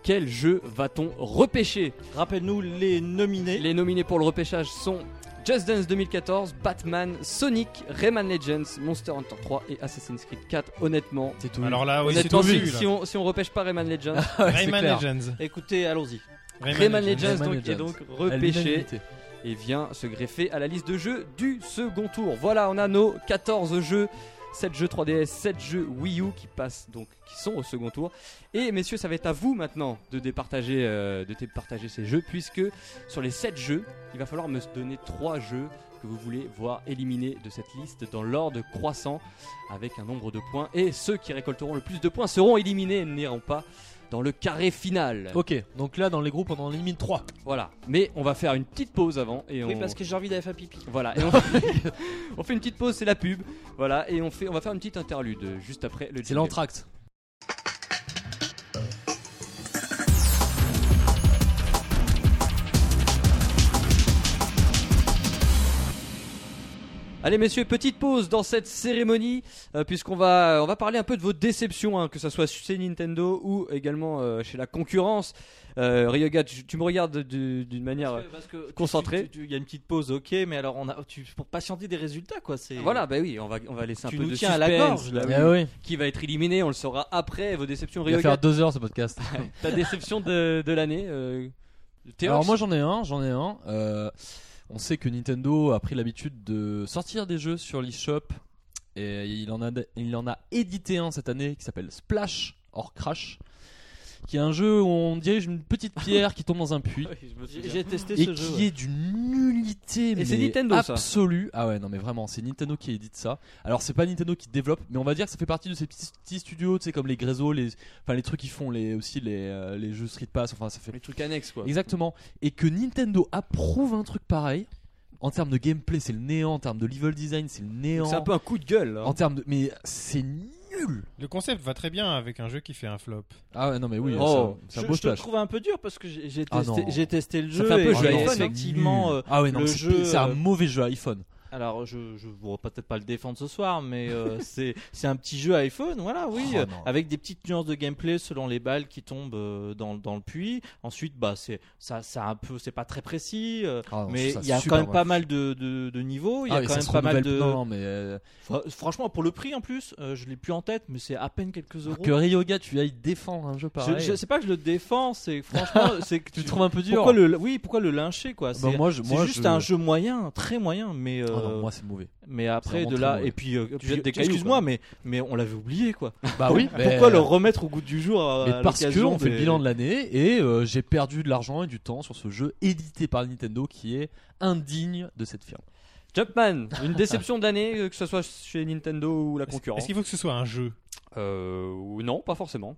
quel jeu va-t-on repêcher
Rappelle-nous les nominés.
Les nominés pour le repêchage sont Just Dance 2014, Batman, Sonic, Rayman Legends, Monster Hunter 3 et Assassin's Creed 4. Honnêtement,
C'est tout.
Alors là, oui, c'est
honnêtement,
tout
si,
vu.
si
là.
on, si on repêche pas Rayman Legends,
Ah.
Rayman
clair.
Legends.
Écoutez, allons-y.
Rayman Legends
Rayman
donc, est
Legends.
donc
À
repêché
l'unanimité.
et vient se greffer à la liste de jeux du second tour. Voilà, on a nos 14 jeux. 7 jeux 3DS, 7 jeux Wii U qui passent donc qui sont au second tour. Et messieurs, ça va être à vous maintenant de départager euh, de départager ces jeux puisque sur les 7 jeux, il va falloir me donner 3 jeux que vous voulez voir éliminés de cette liste dans l'ordre croissant avec un nombre de points et ceux qui récolteront le plus de points seront éliminés et n'iront pas dans le carré final.
Ok, donc là dans les groupes on en élimine 3.
Voilà, mais on va faire une petite pause avant et
Oui,
on
parce que j'ai envie d'aller faire pipi.
voilà, et on... on fait une petite pause, c'est la pub. Voilà, et on fait on va faire une petite interlude euh, juste après le
C'est
jingle.
l'entracte.
Allez messieurs, petite pause dans cette cérémonie euh, puisqu'on va on va parler un peu de vos déceptions hein, que ça soit chez Nintendo ou également euh, chez la concurrence. Euh, Ryoga, tu, tu me regardes du- d'une manière
Parce que- bah, parce que tu-
concentré.
euh, tu- tu- Il y a une petite pause, ok, mais alors on a, tu, pour patienter des résultats, quoi. C'est
Voilà, bah oui, on va on va laisser un
Tu
peu
nous
de
tiens à la
suspense.
gorge, là.
Bah
Ah
oui.
oui.
Qui va être éliminé, on le saura après vos déceptions
Il va
Ryoga.
faire 2 heures ce podcast.
Ta déception de, de l'année euh, Théox
Alors moi j'en ai un, j'en ai un. Euh, on sait que Nintendo a pris l'habitude de sortir des jeux sur l'eShop et il en a il en a édité un cette année qui s'appelle Splash or Crash, qui est un jeu où on dirige une petite pierre qui tombe dans un puits.
Oui, je me
J'ai
souviens.
j'ai testé
Et
ce
qui
jeu.
est d'une nullité mais
c'est Nintendo, ça.
absolue. Ah ouais, non mais vraiment, c'est Nintendo qui édite ça. Alors c'est pas Nintendo qui développe, mais on va dire que ça fait partie de ces petits, petits studios, tu sais comme les Grezzo, les enfin les trucs qui font les aussi les, euh, les jeux Street Pass, enfin ça fait
Les trucs annexes quoi.
Exactement. Et que Nintendo approuve un truc pareil, en termes de gameplay, c'est le néant. En termes de level design, c'est le néant.
C'est un peu un coup de gueule. hein. là.
En termes de. Mais c'est nul
Le concept va très bien avec un jeu qui fait un flop.
Ah ouais, non, mais oui,
Oh,
c'est un- c'est
je,
un beau
je te le
splash.
trouve un peu dur parce que j'ai j'ai
Ah
testé,
non.
j'ai testé le
Ça
jeu.
fait un peu
et
jeu
j'ai
iPhone, hein.
non, c'est
effectivement.
nul.
euh,
ah ouais, non,
le
mais c'est
jeu,
pire, c'est un
euh,
mauvais jeu iPhone.
alors, je je ne peut-être pas le défendre ce soir, mais euh, c'est c'est un petit jeu iPhone, voilà, oui,
Oh,
euh,
non.
avec des petites nuances de gameplay selon les balles qui tombent euh, dans, dans le puits. Ensuite, bah c'est ça, ça a un peu, c'est pas très précis, euh,
Ah non,
mais
ça,
il y a
super
quand même
mal.
pas mal de, de, de niveaux, il y
Ah
a
oui,
quand
ça
même
se
pas mal
renouvelle-
de.
Non, non, mais. euh,
Fra- Franchement, pour le prix en plus, euh, je l'ai plus en tête, mais c'est à peine quelques euros.
Ah Que Ryoga, tu ailles défendre un jeu pareil.
Je, je sais pas que je le défends, c'est franchement, c'est que
Tu le trouves un peu dur
Pourquoi le, oui, pourquoi le lyncher quoi
Bah,
C'est
moi, je-
c'est
moi,
juste
je-
un jeu moyen, très moyen, mais
Ah
euh,
non, moi c'est mauvais.
mais après
vraiment
de
très
là
mauvais.
et puis, euh, puis-
jettes des cailloux,
excuse-moi,
quoi.
mais mais on l'avait oublié quoi.
Bah oui, mais-
Pourquoi le remettre au goût du jour à,
Mais
à
parce que
l'occasion
on fait le
des-
bilan de l'année et euh, j'ai perdu de l'argent et du temps sur ce jeu édité par Nintendo qui est indigne de cette firme.
Jumpman, une déception de l'année, euh, que ce soit chez Nintendo ou la concurrence.
Est-ce qu'il faut que ce soit un jeu
Euh, ou non, pas forcément.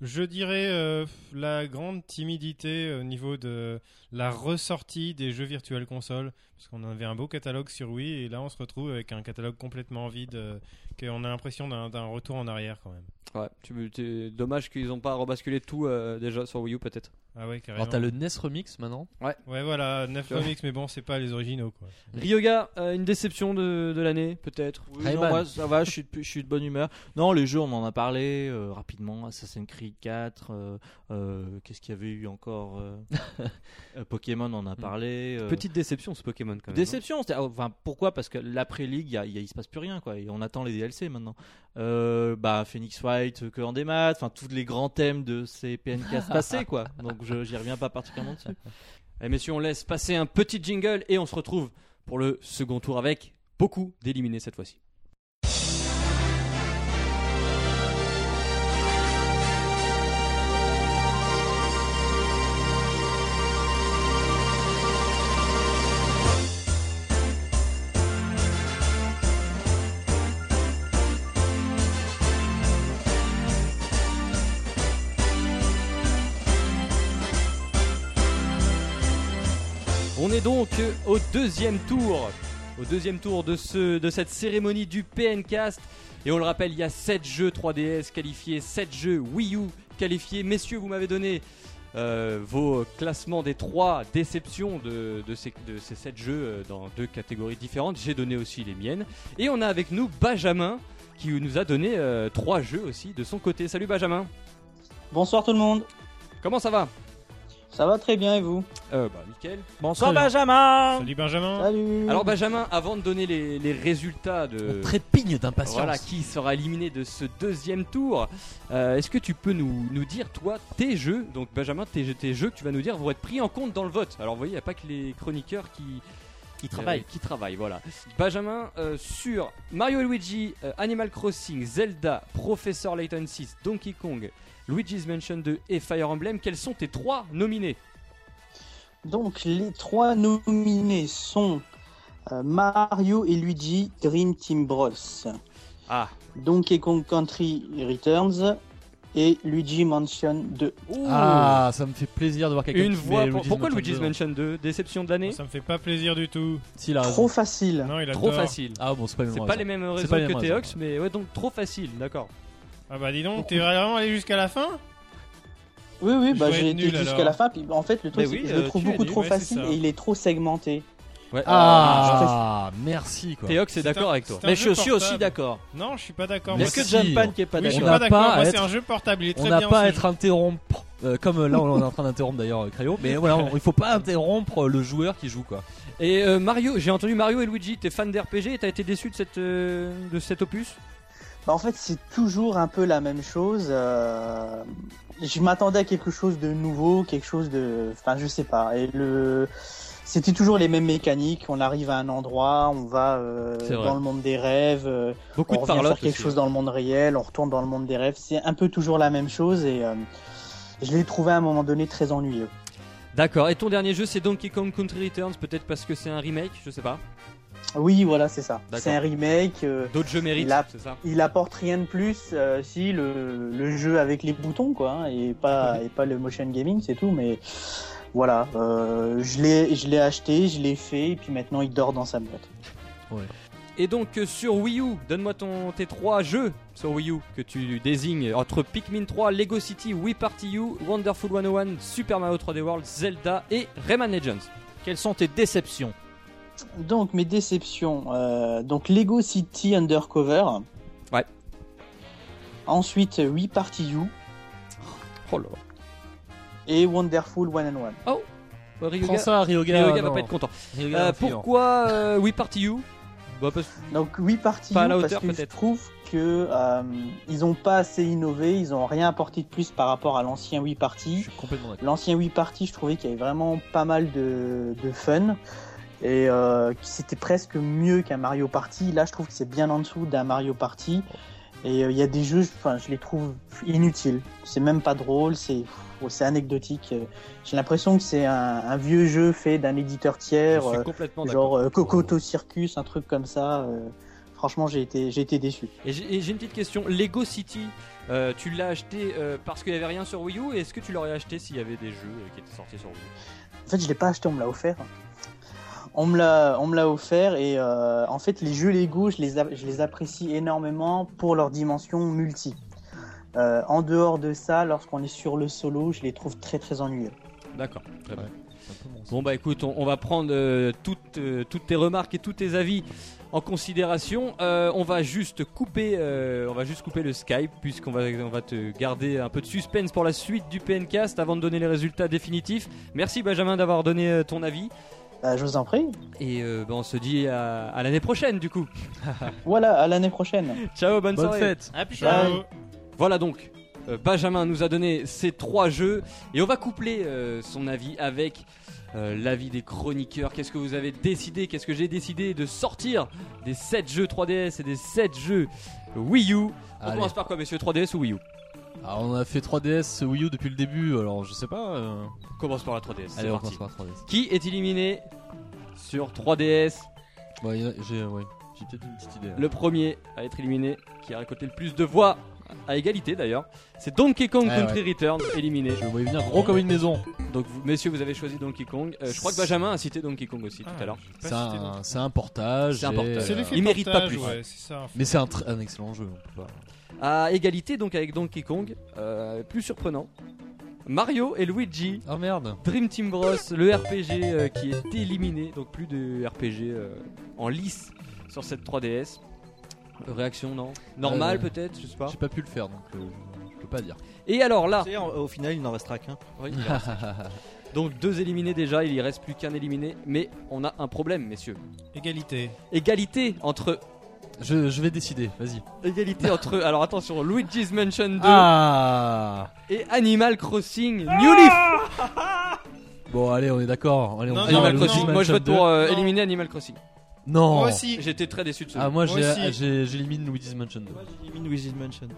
Je dirais euh, la grande timidité euh, au niveau de la ressortie des jeux virtuels console, parce qu'on avait un beau catalogue sur Wii et là on se retrouve avec un catalogue complètement vide, euh, qu'on a l'impression d'un d'un retour en arrière quand même.
Ouais, tu- t'es- dommage qu'ils n'ont pas rebasculé tout euh, déjà sur Wii U peut-être.
Ah ouais carrément.
Alors Oh, t'as le NES Remix maintenant
Ouais voilà 9
Ouais.
remix mais bon c'est pas les originaux quoi.
Ryoga, euh, une déception de, de l'année peut-être.
Oui,
Rayman.
non, moi, ça va, je suis, de, je suis de bonne humeur. Non, les jeux, on en a parlé euh, rapidement. Assassin's Creed 4, euh, euh, qu'est-ce qu'il y avait eu encore euh, euh, Pokémon, on en
Mm.
a parlé. euh,
Petite déception ce Pokémon quand même.
Déception, c'est- enfin pourquoi Parce que l'après-ligue, il y a- il y a- il se passe plus rien, quoi. Et on attend les DLC maintenant. Euh, bah Phoenix White, euh, que en des maths, enfin tous les grands thèmes de ces PNK passés, quoi. Donc je j'y reviens pas particulièrement dessus.
hein. Allez messieurs, on laisse passer un petit jingle et on se retrouve pour le second tour avec beaucoup d'éliminés cette fois-ci. On est donc euh, au deuxième tour, au deuxième tour de, ce, de cette cérémonie du PNcast. Et on le rappelle, il y a 7 jeux 3DS qualifiés, 7 jeux Wii U qualifiés. Messieurs, vous m'avez donné euh, vos classements des 3 déceptions de, de ces, de ces 7 jeux euh, dans deux catégories différentes. J'ai donné aussi les miennes. Et on a avec nous Benjamin qui euh, nous a donné 3 jeux aussi de son côté. Salut Benjamin
Bonsoir tout le monde.
Comment ça va
Ça va très bien et vous
euh, Bah, nickel.
Bonsoir
Salut.
Benjamin
Salut Benjamin.
Salut
Alors, Benjamin, avant de donner les, les résultats de.
On trépigne d'impatience.
Voilà qui sera éliminé de ce deuxième tour. Euh, Est-ce que tu peux nous, nous dire, toi, tes jeux Donc, Benjamin, tes, jeux- tes jeux que tu vas nous dire vont être pris en compte dans le vote. Alors, vous voyez, il n'y a pas que les chroniqueurs qui,
Qui
Euh, qui travaille, voilà. Benjamin, euh, sur Mario et Luigi, euh, Animal Crossing, Zelda, Professor Layton 6, Donkey Kong, Luigi's Mansion 2 et Fire Emblem, quels sont tes trois nominés
Donc les trois nominés sont euh, Mario et Luigi Dream Team Bros,
Ah,
Donkey Kong Country Returns et Luigi Mansion 2.
Ah, ça me fait plaisir de voir quelqu'un
une
qui met
voix. pour-
Luigi's
Pourquoi
Mansion hein.
Luigi's
dedans.
Mansion 2 Déception de l'année
Ça me fait pas plaisir du tout.
Si, il a raison.
Trop facile.
Bah, Non, il a
Trop
tort.
facile.
Ah bon, c'est pas,
C'est pas les mêmes raisons
pas les mêmes
que
raisons.
Teox, mais ouais, donc trop facile, d'accord.
Ah bah dis donc, t'es vraiment allé jusqu'à la fin
Oui, oui,
Je
bah,
vais
j'ai
être
été
nul,
jusqu'à
alors.
la fin. Puis, en fait, le truc,
Mais
c'est
oui,
que je
euh,
le trouve
tu es
beaucoup
nul,
trop
ouais, c'est
facile
ça.
et il est trop segmenté.
Ouais.
Ah, merci quoi.
Teox est
C'est un-
d'accord avec toi.
c'est un
Mais je
jeu
suis aussi
portable.
d'accord.
Non, je suis pas d'accord.
Mais
Est-ce
Moi,
si.
que
c'est-
Jumpman qui est pas
Oui, je suis
on
d'accord
pas
n'a
d'accord.
pas à
Moi, c'est
être-
un jeu portable. Il est
On
très
n'a
bien.
pas
ce
à
jeu.
être interrompre. euh, comme euh, là, on est en train d'interrompre d'ailleurs euh, Crayon, mais voilà, on- il faut pas interrompre euh, le joueur qui joue quoi.
Et euh, Mario, j'ai entendu Mario et Luigi, t'es fan d'RPG et t'as été déçu de, cette, euh, de cet opus
Bah, en fait, c'est toujours un peu la même chose. euh, Je m'attendais à quelque chose de nouveau, quelque chose de. Enfin, je sais pas. Et le. C'était toujours les mêmes mécaniques. On arrive à un endroit, on va euh,
C'est vrai.
dans le monde des rêves, euh,
Beaucoup
on
de
revient
parlotte
faire quelque
aussi. hein.
chose dans le monde réel, on retourne dans le monde des rêves. C'est un peu toujours la même chose et euh, je l'ai trouvé à un moment donné très ennuyeux.
D'accord, et ton dernier jeu c'est Donkey Kong Country Returns, peut-être parce que c'est un remake, je sais pas.
Oui, voilà, c'est ça.
D'accord.
C'est un remake. euh,
D'autres jeux méritent,
Il a-
c'est ça
il apporte rien de plus euh, si le, le jeu avec les boutons quoi hein, et pas et pas le motion gaming c'est tout mais voilà euh, je l'ai je l'ai acheté je l'ai fait et puis maintenant il dort dans sa boîte
Et donc euh, sur Wii U, donne-moi ton, tes trois jeux sur Wii U que tu désignes entre Pikmin 3, Lego City, Wii Party U, Wonderful 101, Super Mario 3D World, Zelda et Rayman Legends.
Quelles sont tes déceptions
donc mes déceptions euh, donc Lego City Undercover
Ouais.
ensuite Wii Party U
Oh là
et Wonderful One and One
là. Ryuga,
Prends ça, Ryoga.
Ryuga va
non.
pas être content.
Ryoga,
Euh,
influent.
pourquoi euh, Wii Party U Bah, parce-
Donc oui, partie
Pas à la
parce
hauteur,
que je
peut-être.
trouve que euh, ils n'ont pas assez innové, ils n'ont rien apporté de plus par rapport à l'ancien Wii
Je
Party.
suis complètement d'accord.
L'ancien Wii Party, je trouvais qu'il y avait vraiment pas mal de, de fun et euh, que c'était presque mieux qu'un Mario Party. Là, je trouve que c'est bien en dessous d'un Mario Party. Et euh, il y a des jeux, je- enfin, je les trouve inutiles. C'est même pas drôle, c'est pff, c'est anecdotique. Euh, J'ai l'impression que c'est un, un vieux jeu fait d'un éditeur
je
tiers. euh,
suis complètement d'accord.
genre euh, Cocoto Circus, un truc comme ça. euh, franchement, j'ai été, j'ai été déçu.
Et j'ai et j'ai une petite question. Lego City, euh, tu l'as acheté euh, parce qu'il n'y avait rien sur Wii U et est-ce que tu l'aurais acheté s'il y avait des jeux euh, qui étaient sortis sur Wii U
En fait, je l'ai pas acheté, on me l'a offert. On me l'a, on me l'a offert et euh, en fait, les jeux Lego, je les, a- je les apprécie énormément pour leur dimension multi. Euh, en dehors de ça, lorsqu'on est sur le solo, je les trouve très très ennuyeux.
D'accord, très bien.
C'est un peu mon sens.
Bon bah écoute, on, on va prendre euh, toutes, euh, toutes tes remarques et tous tes avis en considération. Euh, on va juste couper, euh, on va juste couper le Skype puisqu'on va, on va te garder un peu de suspense pour la suite du PNcast avant de donner les résultats définitifs. Merci Benjamin d'avoir donné euh, ton avis
Bah, je vous en prie.
et euh, bah, on se dit à, à l'année prochaine du coup.
Voilà, à l'année prochaine.
Ciao, bonne,
Bonne
soirée.
Ah,
fête.
Ah,
Bye.
Ciao. Ah,
Voilà donc, euh, Benjamin nous a donné ces trois jeux et on va coupler euh, son avis avec euh, l'avis des chroniqueurs. Qu'est-ce que vous avez décidé Qu'est-ce que j'ai décidé de sortir des 7 jeux 3DS et des 7 jeux Wii U On
Allez.
commence par quoi, messieurs 3DS ou Wii U
Ah, on a fait 3DS Wii U depuis le début, alors je sais pas. euh,
On commence par la 3DS. c'est
Allez, on
parti.
commence par 3DS.
Qui est éliminé sur 3DS
Ouais, y en a- j'ai euh, ouais, j'ai peut-être une petite idée. hein. là.
Le premier à être éliminé, qui a récolté le plus de voix, à égalité d'ailleurs, c'est Donkey Kong
Ah ouais.
Country Returns, éliminé.
Je le voyais venir gros comme une maison.
Donc, vous- messieurs, vous avez choisi Donkey Kong. Euh, je crois que Benjamin a cité Donkey Kong aussi tout à l'heure.
Ah, j'ai
C'est
pas cité
un,
d'autres.
c'est un portage.
C'est un
et,
portage.
C'est
euh,
l'effet
Il mérite pas
portage,
plus.
ouais, c'est ça.
Mais c'est un, tr- un excellent jeu. on peut pas-
À égalité donc avec Donkey Kong, euh, plus surprenant. Mario et Luigi,
Ah merde.
Dream Team Bros, le RPG euh, qui est éliminé, donc plus de RPG euh, en lice sur cette 3DS. Euh, Réaction non Normal
Euh,
peut-être, je sais pas.
J'ai pas pu le faire donc. euh, peux pas dire.
Et alors là,
C'est- Au final, il n'en restera qu'un.
donc deux éliminés déjà, il y reste plus qu'un éliminé, mais on a un problème, messieurs.
Égalité.
Égalité entre
Je, je vais décider, vas-y.
égalité entre alors attention Luigi's Mansion 2
Ah
et Animal Crossing New Leaf.
Bon, allez, on est d'accord. Allez, on
Non,
fait
Animal
le
Crossing,
Luigi's
moi je vote
Mansion
pour euh,
Non.
éliminer Animal Crossing.
2. Non.
Moi aussi.
J'étais très déçu de ce
Ah,
jeu.
moi,
Moi
j'ai-
aussi.
j'ai- j'élimine Luigi's Mansion 2.
J'élimine Luigi's Mansion.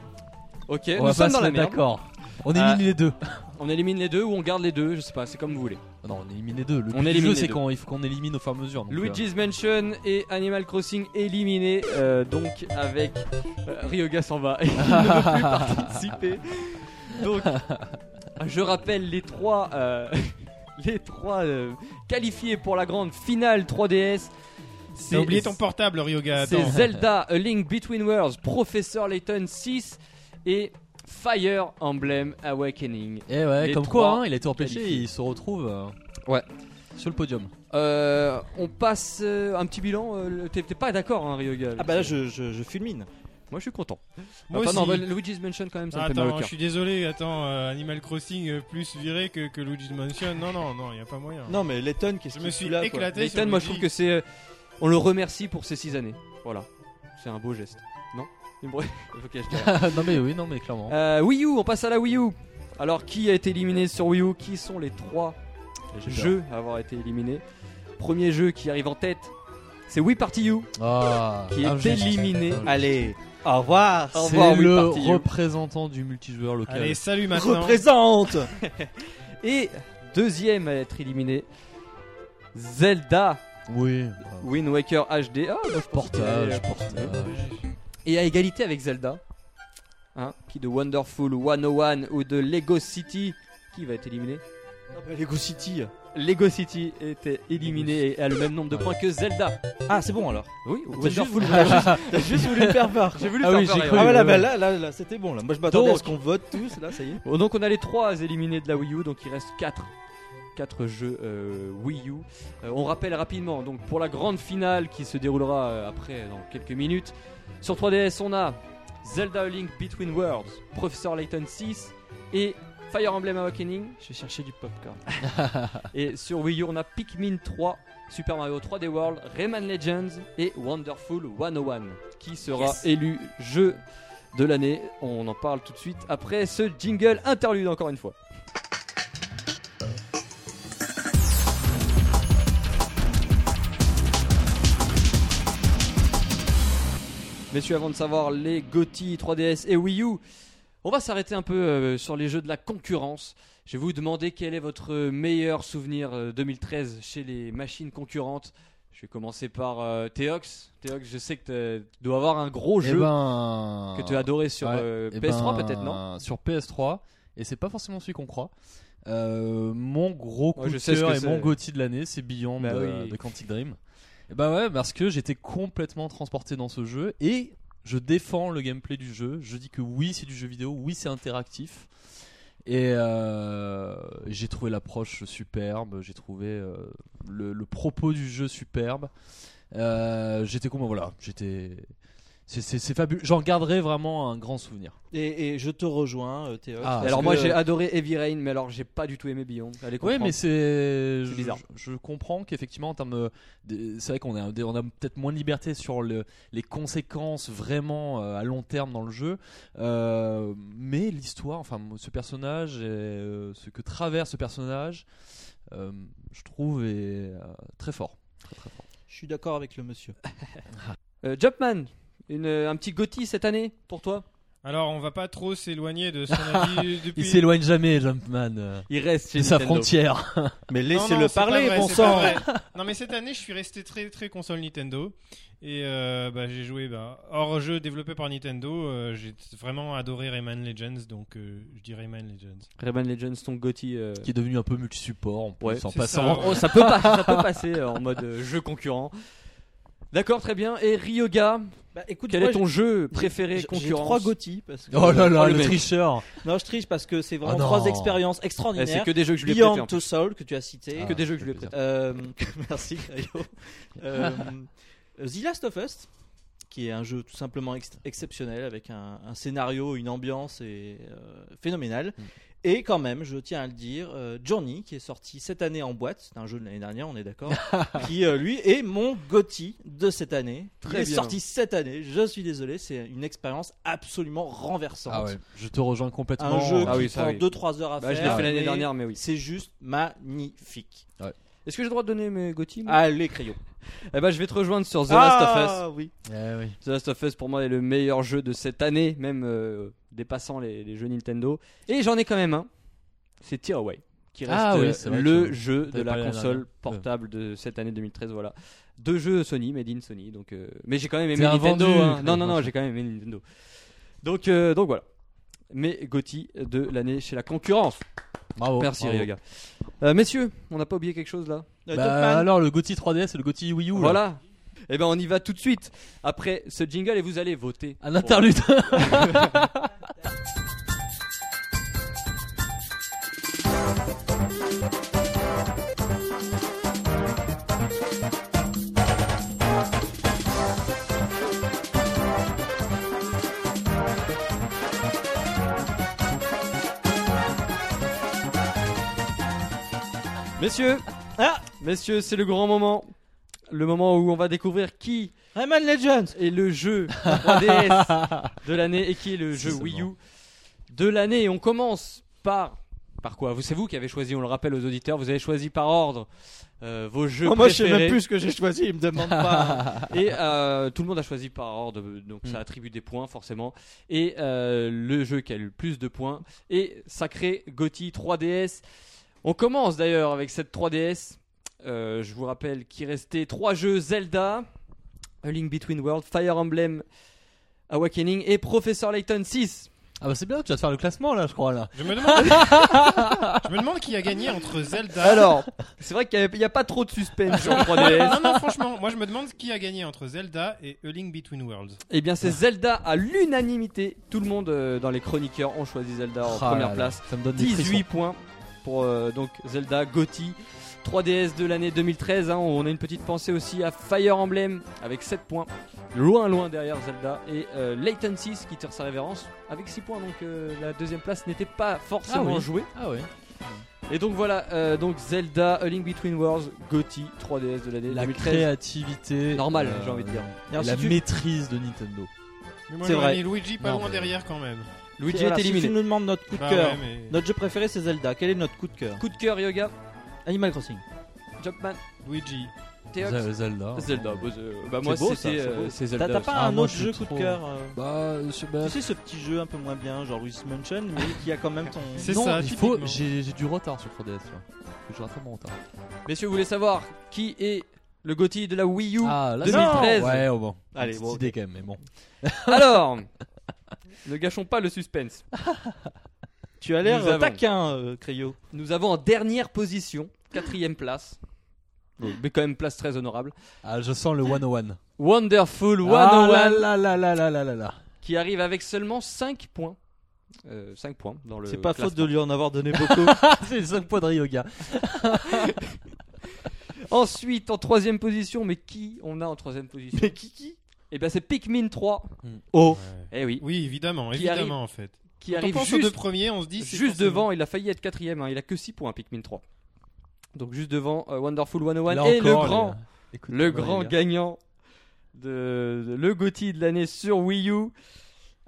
Ok,
On
Eh, nous
va pas
sommes
se
dans la
mettre
merde. Ah.
d'accord. On élimine les deux.
On élimine les deux ou on garde les deux, je sais pas, c'est comme vous voulez.
Ah Non, on élimine les deux. Le
On
but du
élimine
jeu,
les
c'est
deux.
qu'on il faut qu'on élimine au fur et à mesure. donc, euh,
Luigi's Mansion et Animal Crossing éliminés euh, donc avec euh, Ryoga s'en va et il ne veut plus
Ah,
participer. Donc je rappelle les trois euh, les trois euh, qualifiés pour la grande finale 3DS. C'est-
T'as oublié ton portable, Ryoga.
C'est
Attends.
Zelda A Link Between Worlds, Professeur Layton 6 et Fire Emblem Awakening.
Eh ouais,
Les
comme
trois
quoi, hein, il a été empêché et
qualifiés.
il se retrouve euh,
Ouais.
sur le podium.
Euh, on passe euh, un petit bilan. euh, le- T'es t'es pas d'accord, hein, Ryoga avec
Ah bah là,
ça.
je, je, je fulmine.
Moi je suis content.
Moi
Enfin,
aussi.
non, bah, Luigi's Mansion quand même, ça me fait mal au
Attends, je
cœur.
suis désolé. Attends, euh, Animal Crossing euh, plus viré que, que Luigi's Mansion. Non, non, non, y a pas moyen.
Non, mais Letton, qu'est-ce
Je
qu'il
me suis
fout là, quoi
éclaté. sur
Layton, moi je trouve
Luigi.
que c'est. euh, On le remercie pour ses 6 années. Voilà. C'est un beau geste. Non Il me- Ok, je dirais.
non mais oui, non mais clairement.
Euh, Wii U, on passe à la Wii U. Alors, qui a été éliminé sur Wii U Qui sont les trois
J'ai peur.
jeux à avoir été éliminés Premier jeu qui arrive en tête, c'est Wii Party U.
Ah,
qui est
injuste.
éliminé.
Injuste.
Allez, au revoir.
Au
C'est
revoir, oui,
le
parti.
représentant du multijoueur local.
Allez, salut maintenant.
Représente
Et deuxième à être éliminé, Zelda
oui. bah,
Wind Waker HD. Ah, bah, je pense qu'il
Portage,
allait-
portage.
Et à égalité avec Zelda, hein, qui de Wonderful 101 ou de Lego City, qui va être éliminé
Lego City.
Lego City était éliminé et a le même nombre de points que Zelda.
Ah, c'est bon alors.
Oui,
T'as juste, voulu, t'as juste voulu me faire peur.
J'ai voulu
Ah
faire
oui,
peur,
j'ai
Ryan.
cru.
Ah ouais, là,
ouais,
bah,
ouais.
là, là, là, c'était bon là. Moi je m'attendais à
Donc-
ce qu'on vote tous là, ça y est.
Bon, donc on a les trois éliminés de la Wii U, donc il reste 4 quatre jeux euh, Wii U. Euh, on rappelle rapidement, donc pour la grande finale qui se déroulera euh, après dans quelques minutes, sur 3DS on a Zelda A Link Between Worlds, Professor Layton 6 et Fire Emblem Awakening. Je vais chercher du popcorn. et sur Wii U on a Pikmin 3, Super Mario 3D World, Rayman Legends et Wonderful 101 qui sera élu jeu de l'année. On en parle tout de suite après ce jingle interlude encore une fois. Messieurs, avant de savoir les GOTY 3DS et Wii U, on va s'arrêter un peu euh, sur les jeux de la concurrence. Je vais vous demander quel est votre meilleur souvenir euh, 2013 chez les machines concurrentes. Je vais commencer par euh, Theox. Theox, je sais que t'as- tu dois avoir un gros
Eh
jeu
ben,
que tu as adoré sur
Ouais,
euh,
eh
PS3
ben,
peut-être non
Sur PS3 et c'est pas forcément celui qu'on croit. Euh, mon gros coup
Ouais, je
de
sais ce
cœur
que
et
c'est.
mon gothi de l'année, c'est Beyond
Bah
euh,
oui.
de Quantic Dream. Et bah ouais, parce que j'étais complètement transporté dans ce jeu et je défends le gameplay du jeu. Je dis que oui, c'est du jeu vidéo, oui, c'est interactif. Et euh, j'ai trouvé l'approche superbe, j'ai trouvé euh, le, le propos du jeu superbe. Euh, j'étais comment voilà, j'étais c'est- c'est c'est fabuleux. J'en garderai vraiment un grand souvenir.
Et, et je te rejoins, euh, Théo.
Ah,
parce
Alors
que-
moi j'ai adoré Heavy Rain mais alors j'ai pas du tout aimé Beyond. Allez
Oui,
comprendre.
mais c'est
C'est
je-
bizarre.
Je, je comprends qu'effectivement en termes de- de- c'est vrai qu'on a des- on a peut-être moins de liberté sur le- les conséquences vraiment euh, à long terme dans le jeu, Euh, mais l'histoire, enfin ce personnage, et, euh, ce que traverse ce personnage, euh, je trouve est euh, très fort. Très, très fort.
Je suis d'accord avec le monsieur.
Euh, Jumpman, une, euh, un petit Gotti cette année pour toi
Alors, on va pas trop s'éloigner de ce qu'on a dit depuis.
Il s'éloigne jamais, Jumpman. euh,
Il reste
de sa frontière.
Mais
Non, non,
laissez-le
c'est pas
parler,
vrai,
bon
c'est pas
sang.
vrai. Non, mais cette année, je suis resté très très console Nintendo et euh, bah, j'ai joué bah, hors jeu développé par Nintendo. euh, j'ai vraiment adoré Rayman Legends, donc euh, je dis Rayman Legends.
Rayman Legends ton Gotti. euh,
Qui est devenu un peu multi-support, on peut
Ouais,
s'en
c'est
passant.
ça.
Oh, ça peut pas, ça peut passer euh, en mode euh, jeu concurrent. D'accord, très bien. Et Ryoga,
Bah, écoute,
quel
moi,
est ton jeu
j'ai-
préféré
j'ai- j'ai
concurrent
trois Gotti parce que
Oh là là,
Oh, le
le
mec.
tricheur.
non je triche parce que c'est vraiment
Oh non.
trois expériences
Eh, C'est
extraordinaires.
que des jeux que je lui ai prêté.
Beyond to Soul que tu as cité.
Que des jeux que
ça
je lui ai
fait plaisir.
Euh, merci Caillot. Euh, The Last of Us qui est un jeu tout simplement ex- exceptionnel avec un, un scénario, une ambiance et, euh, phénoménale.
Mm.
Et quand même, je tiens à le dire, euh, Journey, qui est sorti cette année en boîte, c'est un jeu de l'année dernière, on est d'accord, qui euh, lui est mon Gotti de cette année.
Très
Il est
bien.
sorti cette année, je suis désolé, c'est une expérience absolument renversante.
Ah ouais, je te rejoins complètement.
Un jeu
Ah
qui
oui, ça,
prend
oui.
2-3 heures à
Bah, je
faire.
l'ai fait l'année
mais
dernière, mais oui.
C'est juste magnifique.
Est-ce que j'ai le droit de donner mes Gauthier
Allez, crayon.
Eh ben, je vais te rejoindre sur The Last of Us.
ah, oui.
Ah oui.
The Last of Us pour moi est le meilleur jeu de cette année, même euh, dépassant les, les jeux Nintendo. Et j'en ai quand même un, c'est Tearaway, qui reste
Ah oui,
euh,
c'est vrai
le
que
jeu de
t'avais parlé
la
la
console
dernière.
portable de cette année 2013. Voilà, deux jeux Sony, made in Sony. Donc, euh, mais j'ai quand même aimé
T'es un
Nintendo.
vendu,
hein.
quoi.
Non, non, non, j'ai quand même aimé Nintendo. Donc, euh, donc voilà. Mais Gotti de l'année chez la concurrence.
Bravo.
Merci
bravo.
Ryoga. Euh, messieurs, on n'a pas oublié quelque chose là
Euh,
Bah,
Topman.
alors le Gotti 3DS et le Gotti Wii U. là.
Voilà. Eh ben on y va tout de suite après ce jingle et vous allez voter.
Un interlude.
Messieurs,
Ah
messieurs, c'est le grand moment. Le moment où on va découvrir qui
Rayman Legends.
est le jeu 3DS de l'année et qui est le jeu Wii U de l'année. Et on commence par par quoi Vous c'est vous qui avez choisi, on le rappelle aux auditeurs, vous avez choisi par ordre euh, vos jeux
Oh, moi, je sais
préférés.
même plus ce que j'ai choisi, il me demande pas.
Et euh, tout le monde a choisi par ordre, donc
Mm.
ça attribue des points forcément. Et euh, le jeu qui a eu le plus de points est Sacré Gotti 3DS. On commence d'ailleurs avec cette 3DS. Euh, je vous rappelle qu'il restait trois jeux Zelda, A Link Between Worlds, Fire Emblem Awakening et Professor Layton 6.
Ah bah c'est bien, tu vas te faire le classement là, je crois là.
Je me demande. je me demande qui a gagné entre Zelda.
Ah.
Alors, c'est vrai qu'il n'y a, pas trop de suspense sur 3DS.
Non, non, franchement, moi je me demande qui a gagné entre Zelda et A Link Between Worlds.
Eh bien, c'est Zelda à l'unanimité. Tout le monde euh, dans les chroniqueurs ont choisi Zelda en
Ah
première
là là,
place.
Ça me donne des
18
frissons.
points pour euh, donc Zelda Gotti. 3DS de l'année 2013, hein. on a une petite pensée aussi à Fire Emblem avec 7 points, loin loin derrière Zelda, et euh, Layton 6 qui tire sa révérence avec 6 points, donc euh, la deuxième place n'était pas forcément
Ah oui.
jouée.
Ah ouais.
Et donc voilà, euh, donc Zelda, A Link Between Worlds, Gotti, 3DS de l'année
La
2013.
créativité.
Normal,
euh,
j'ai envie de dire.
Et
et
alors,
la
si tu-
maîtrise de Nintendo.
Mais moi
C'est
j'aurais
vrai.
mis Luigi pas
Non,
loin
mais-
derrière quand même.
Luigi
Alors,
est
si
éliminé.
tu nous demandes notre coup de
Ah,
Bah
cœur,
ouais, mais-
notre jeu préféré c'est Zelda. Quel est notre coup de cœur
Coup de cœur, Yoga,
Animal Crossing.
Jumpman,
Luigi.
Théox,
Ze- Zelda.
Zelda. Bah, euh, bah, moi
C'est beau,
c'était
ça, c'est
euh,
beau.
c'est
T'as
Zelda.
t'as
aussi.
pas
Ah,
un
moi,
autre
je suis
jeu coup
trop-
de cœur euh,
Bah, je sais pas.
Tu sais ce petit jeu un peu moins bien, genre Luigi's Mansion, mais qui a quand même ton.
C'est
non,
ça,
il faut.
typiquement.
J'ai j'ai du retard sur 3DS. là. Je rattrape mon retard.
Messieurs, vous voulez savoir qui est le Gotti de la Wii U
Ah, là,
2013.
c'est- Ouais, oh, bon.
Allez,
Petite
bon, ok.
idée quand même, mais bon.
Alors, ne gâchons pas le suspense.
Tu as l'air
Nous avons.
taquin, euh, Cryo.
Nous avons en dernière position, quatrième place, mais quand même place très honorable,
Ah, je sens le 101.
Wonderful 101
Ah là là là là là là là là.
qui arrive avec seulement 5 points. 5 points dans le.
C'est pas faute de
classement.
lui en avoir donné beaucoup.
C'est 5 points de Ryoga.
Ensuite, en troisième position, mais qui on a en troisième position
mais Kiki
Eh bien, c'est Pikmin 3.
Oh
Eh oui,
Oui, évidemment,
Qui arrive-
évidemment en fait.
qui
Quand on
arrive
pense aux deux
juste,
premiers, on se dit. c'est
juste
forcément-
devant. Il a failli être quatrième. hein, il a que 6 points, Pikmin 3. Donc juste devant euh, Wonderful 101
Là
et
encore,
le grand.
les- écoute,
le
ouais,
grand
les gars.
gagnant de, de- le Gotti de l'année sur Wii U.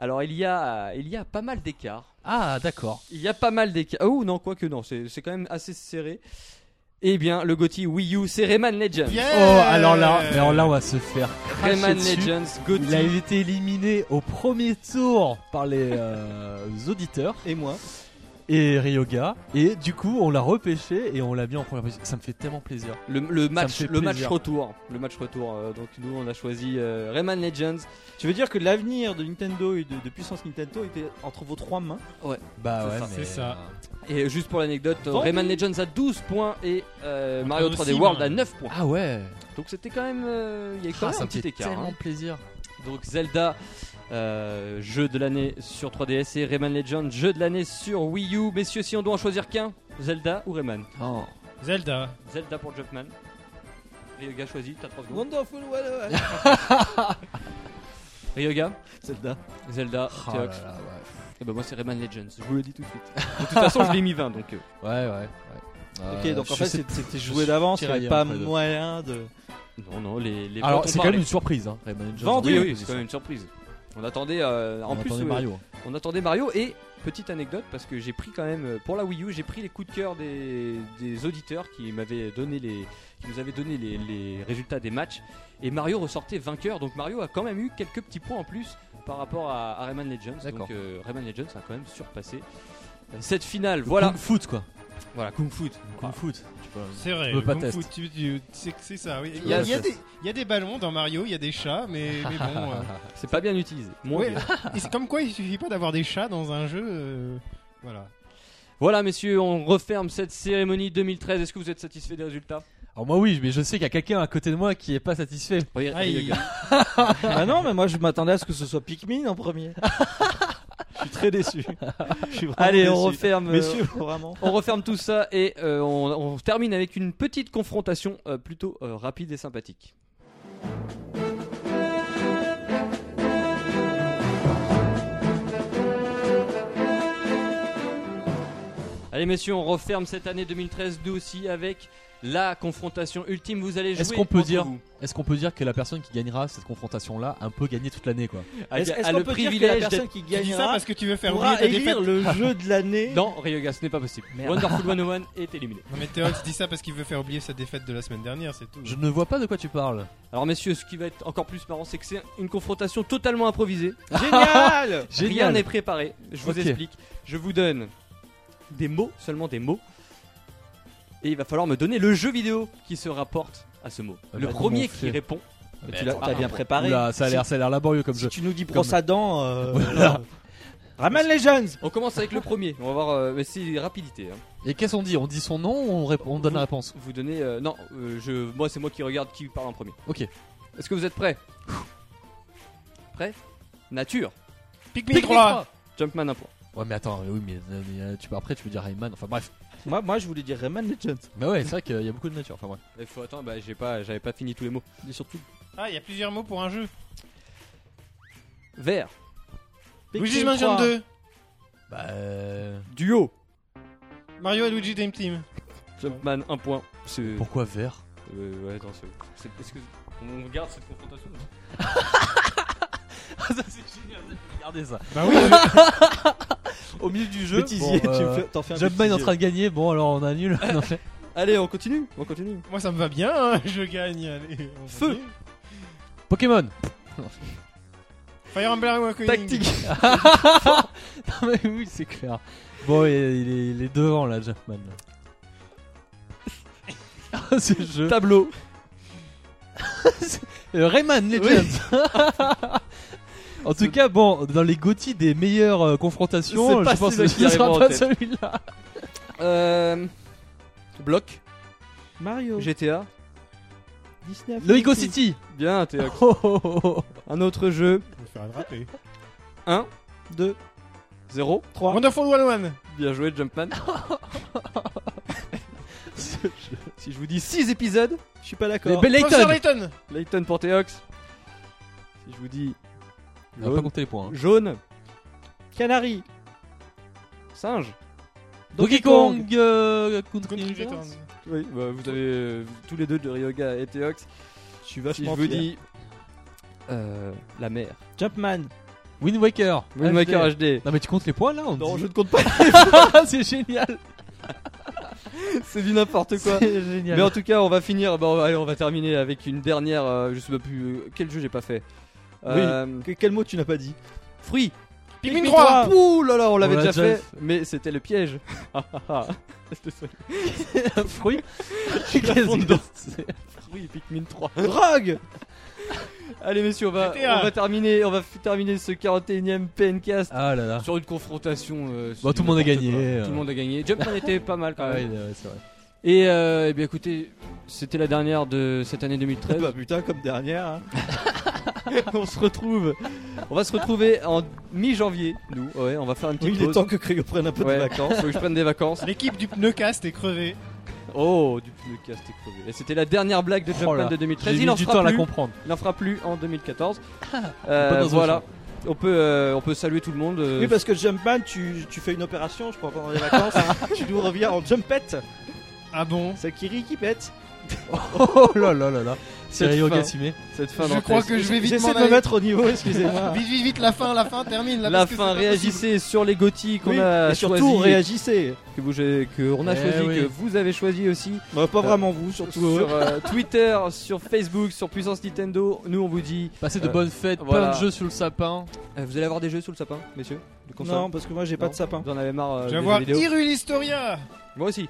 Alors il y a il y a pas mal d'écarts.
Ah, d'accord.
Il y a pas mal d'écarts. Oh non, quoique non, c'est c'est quand même assez serré. Eh bien, le Gotti Wii U, c'est Rayman Legends.
Yeah
Oh, alors là, mais alors là, on va se faire. cracher
Rayman
dessus.
Legends,
Il a
Gotti.
été éliminé au premier tour par les euh, auditeurs
Et moi
et Ryoga. Et du coup, on l'a repêché et on l'a mis en première position. Ça me fait tellement plaisir.
Le, le match,
fait
le match
plaisir.
retour, le match retour. euh, donc nous, on a choisi euh, Rayman Legends.
Tu veux dire que l'avenir de Nintendo et de, de puissance Nintendo était entre vos trois mains
Bah
C'est
ouais,
ça.
mais-
C'est ça.
Et juste pour l'anecdote, euh,
Tant
Rayman Legends à 12 points et euh,
Entre
Mario
nos
3D
cibles,
World à
hein.
9 points.
Ah ouais.
Donc c'était quand même, euh, il y a eu quand
Ah,
même
ça
un
me fait
petit écart. hein.
tellement plaisir.
Donc Zelda, euh, jeu de l'année sur 3DS et Rayman Legends, jeu de l'année sur Wii U. Messieurs, si on doit en choisir qu'un, Zelda ou Rayman
Zelda.
Zelda pour Jumpman. Les gars choisis, t'as 3 secondes.
Wonderful
Ryoga,
Zelda.
Zelda,
Oh là
Théox.
là, ouais.
Et bah moi c'est Rayman Legends, je vous le dis tout de suite. De toute façon je l'ai mis 20 donc... euh,
Ouais, ouais, ouais.
Ok,
Euh,
donc en
je
fait,
sais-
c'est- c'était joué d'avance, il n'y avait
tiraillé
pas
entre les deux.
moyen de.
Non, non, les... les
Alors,
potes ont
c'est quand
parlé.
même une surprise, hein. Rayman Legends.
Vendu,
Oui,
oui,
oui,
c'est quand même une surprise. On attendait, euh, en
On
plus,
attendait
euh,
Mario.
on attendait Mario. Et petite anecdote, parce que j'ai pris quand même, euh, pour la Wii U, j'ai pris les coups de cœur des, des auditeurs qui m'avaient donné les, qui nous avaient donné les, les résultats des matchs. Et Mario ressortait vainqueur, donc Mario a quand même eu quelques petits points en plus par rapport à, à Rayman Legends.
D'accord.
Donc euh, Rayman Legends a quand même surpassé euh, cette finale. Voilà, Ah.
Kung Foot, quoi.
voilà, Kung Fu.
Kung Foot. Tu peux-
C'est vrai.
Je veux
le
pas
Kung Fu,
test.
tu- tu- C'est c'est ça, oui.
Je
Il y, a-
veux
il y a
pas
des- il y a des ballons dans Mario, il y a des chats, mais, mais bon. euh,
C'est pas bien utilisé. Moins
ouais.
bien.
Et c'est comme quoi il suffit pas d'avoir des chats dans un jeu. euh, Voilà.
Voilà, messieurs, on referme cette cérémonie 2013. Est-ce que vous êtes satisfait des résultats
Alors, moi, oui, mais je sais qu'il y a quelqu'un à côté de moi qui est pas satisfait.
Regardez,
Ah, il-
Ryoga.
ah non, mais moi je m'attendais à ce que ce soit Pikmin en premier. je suis très déçu. Je suis vraiment
Allez, on
déçu.
referme. euh,
Messieurs, vraiment.
On referme tout ça et euh, on, on termine avec une petite confrontation euh, plutôt euh, rapide et sympathique. Allez messieurs, on referme cette année 2013 nous aussi avec la confrontation ultime. Vous allez jouer.
Est-ce qu'on peut
entre
dire-
vous.
Est-ce qu'on peut dire que la personne qui gagnera cette confrontation-là a un peu gagné toute l'année, quoi
A-
Est-ce
a
est-ce
le
qu'on peut dire que la
privilège d'être
personne qui
Tu dis ça
gagnera
parce que tu veux faire oublier
pourra
ta défaite.
élire le jeu de l'année
Non, Ryoga, ce n'est pas possible.
Merde.
Wonderful 101 est éliminé.
Non mais Théox dit ça parce qu'il veut faire oublier sa défaite de la semaine dernière, c'est tout.
Je ne vois pas de quoi tu parles.
Alors messieurs, ce qui va être encore plus marrant, c'est que c'est une confrontation totalement improvisée.
Génial
Rien n'est préparé. Je vous
Ok.
explique. Je vous donne des mots, seulement des mots. Et il va falloir me donner le jeu vidéo qui se rapporte à ce mot.
Ah
le
bah,
premier
comment on
qui
fait
répond.
Mais Tu l'as
attends,
t'as bien
attends.
préparé.
Oula, ça a l'air, ça a l'air laborieux comme
Si
jeu.
tu nous dis brosse à dents, euh,
Voilà.
alors, ramène les jeunes.
On commence avec le premier. On va voir. euh, mais c'est rapidité. hein.
Et qu'est-ce qu'on dit On dit son nom ou on, rép- on donne la réponse
Vous donnez. euh, non, euh, je, moi c'est moi qui regarde qui parle en premier.
Ok.
Est-ce que vous êtes prêts Prêts Nature.
Pikmin 3
Jumpman un point.
Ouais, mais attends, oui, mais, euh, mais, euh, tu peux après, tu peux dire Rayman. Enfin bref.
Moi, moi, je voulais dire Rayman Legends.
Bah ouais, c'est vrai qu'il y a beaucoup de nature. Enfin bref.
Il faut attendre. Bah, j'ai pas, j'avais pas fini tous les mots.
Et surtout,
Ah, il y a plusieurs mots pour un jeu.
Vert.
Luigi's
Pikmin
Mansion
3.
2,
Bah. euh,
Duo.
Mario et Luigi Dream Team.
Jumpman un point. C'est-
Pourquoi vert
Euh, ouais, attends, c'est. c'est- Est-ce que. On garde cette confrontation non
Ça c'est génial, regardez ça.
Bah oui,
Au milieu du jeu,
Le tisier, tu me fais- t'en fais un
Jumpman est en
petit
train de gagner. Bon, alors on annule. Non, mais-
Allez, on continue On continue.
moi ça me va bien, hein, je gagne. allez, on
Feu.
continue.
Pokémon
Fire Emblem Awakening.
Tactique
Non, mais oui, c'est clair. Bon, il est, il est- il est devant là, Jumpman. Ah, ce jeu.
Tableau
Euh, Rayman Legends. en tout cas, bon, dans les GOTY des meilleures euh, confrontations,
C'est pas
je pense que
celui qui
ce
arrivera en
sera pas
tête.
celui-là.
Euh. Bloc
Mario.
GTA
Disney.
Loigo City.
Bien, t'es.
Oh, oh, oh, oh.
Un autre jeu
Je vais me faire attraper.
1,
2.
0.
3.
Wonderful 101.
Bien joué, Jumpman. Si je vous dis 6 épisodes,
Je suis pas
Les
d'accord.
Professor
Belayton.
Layton.
Layton pour Théox. Si je vous dis.
Ah,
On va pas
Jaune,
compter les points. hein.
jaune
Canary.
singe.
Donkey Kong, euh, Country
Country
Returns.
Returns.
Oui, bah, vous avez euh, tous les deux de Ryoga et Théox.
Je suis
Si je
vachement
vous
fier.
dis. Euh, la mer.
Jumpman.
Wind Waker.
Wind
HD.
Waker HD.
Ah, Non mais tu comptes les points là on
Non,
dit. Ah,
je ne compte pas.
c'est génial.
C'est du n'importe quoi.
C'est génial.
Mais en tout cas, on va finir. Bon, allez, on va terminer avec une dernière. euh, je sais pas plus euh, quel jeu j'ai pas fait. Euh,
Que- Quel mot tu n'as pas dit
Fruits.
Pikmin 3.
Ouh là là, on l'avait
l'a
déjà
déjà
fait, mais c'était le piège. Ah, ah, ah. C'était
un fruit.
Fruits Pikmin 3.
Drogue
Allez messieurs, on va,
GTA.
on va terminer, on va f- terminer ce 41ème PNcast
Ah là là.
sur une confrontation. euh,
Bon,
c'est
tout le monde a
n'importe
gagné,
quoi.
euh.
Tout le monde a gagné. Jumpman était pas mal quand
Ah ouais,
même.
ouais, c'est vrai.
Et euh, eh bien écoutez, c'était la dernière de cette année 2013.
Bah putain, comme dernière. hein.
on se retrouve. On va se retrouver en mi-janvier, nous. Ouais, on va faire une
Oui,
petite
il est
pause.
temps que Cryo prenne un peu
Ouais.
de vacances.
Faut que je prenne des vacances.
L'équipe du Pneukast est crevée.
Oh, du pneu casse t'es crevé. Et c'était la dernière blague de
Oh
Jumpman
là,
de
J'ai
2013.
mis
Il en
du
fera
temps à la
plus.
comprendre.
Il n'en fera plus en 2014. Euh,
pas dans un
voilà. On peut, euh, on peut saluer tout le monde. euh,
Oui, parce que Jumpman, tu, tu fais une opération, je crois, pendant les vacances. tu nous reviens en Jumpette.
Ah bon
C'est Kiri qui pète.
Oh là là là là.
cette,
Sérieux,
fin,
Gassime.
cette fin
Je
d'antenne.
crois que je vais vite
J'essaie
m'en
de me
aller.
mettre au niveau, excusez-moi.
Vite, vite, vite, la fin, la fin, termine. là,
La
parce que c'est
fin,
pas
réagissez sur les gothiques qu'on
Oui,
a
et surtout,
choisi,
réagissez.
que vous, que on a
Eh
choisi,
oui.
que vous avez choisi aussi.
Bah, pas
Euh,
vraiment vous, surtout. eux.
sur euh, Twitter, sur Facebook, sur Puissance Nintendo. Nous, on vous dit,
Passez de
Euh,
bonnes fêtes,
voilà.
plein de jeux sous le sapin.
euh, vous allez avoir des jeux sous le sapin, messieurs, de console
Non, parce que moi j'ai pas
Non
de sapin.
Vous en avez marre. euh,
possible. Je vais
des jeux
voir
vidéo.
Hyrule Historia.
Moi aussi.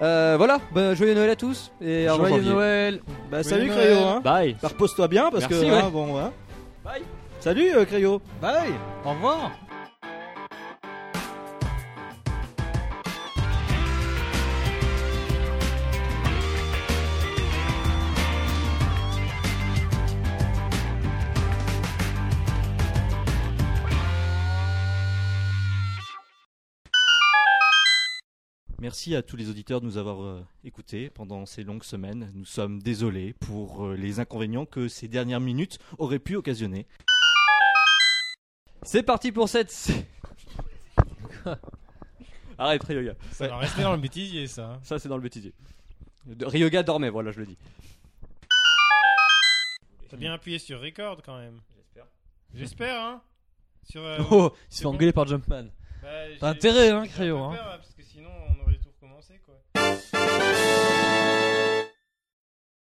Euh, voilà, bah, joyeux Noël à tous et à
Joyeux
janvier.
Noël.
Bah,
Oui,
salut
mais-
Crayo. Hein.
Bye.
Bah, repose-toi bien parce
Merci,
que.
ouais.
hein, bon, voilà.
Bye.
Salut euh, Crayo. Bye.
Au revoir.
Merci à tous les auditeurs de nous avoir euh, écoutés pendant ces longues semaines. Nous sommes désolés pour euh, les inconvénients que ces dernières minutes auraient pu occasionner.
C'est parti pour cette. Arrête, Ryoga.
Ça va rester dans le bêtisier, ça.
Ça, c'est dans le bêtisier. De- Ryoga dormait, voilà, je le dis.
T'as bien appuyé sur record quand même. J'espère. J'espère, hein. Sur. euh,
Oh, il se
c'est
fait
bon.
engueuler par Jumpman.
bah, j'ai-
T'as intérêt, hein,
j'ai un peu
Crayo. hein.
peur, là, Parce que sinon, on aurait tout recommencé, quoi.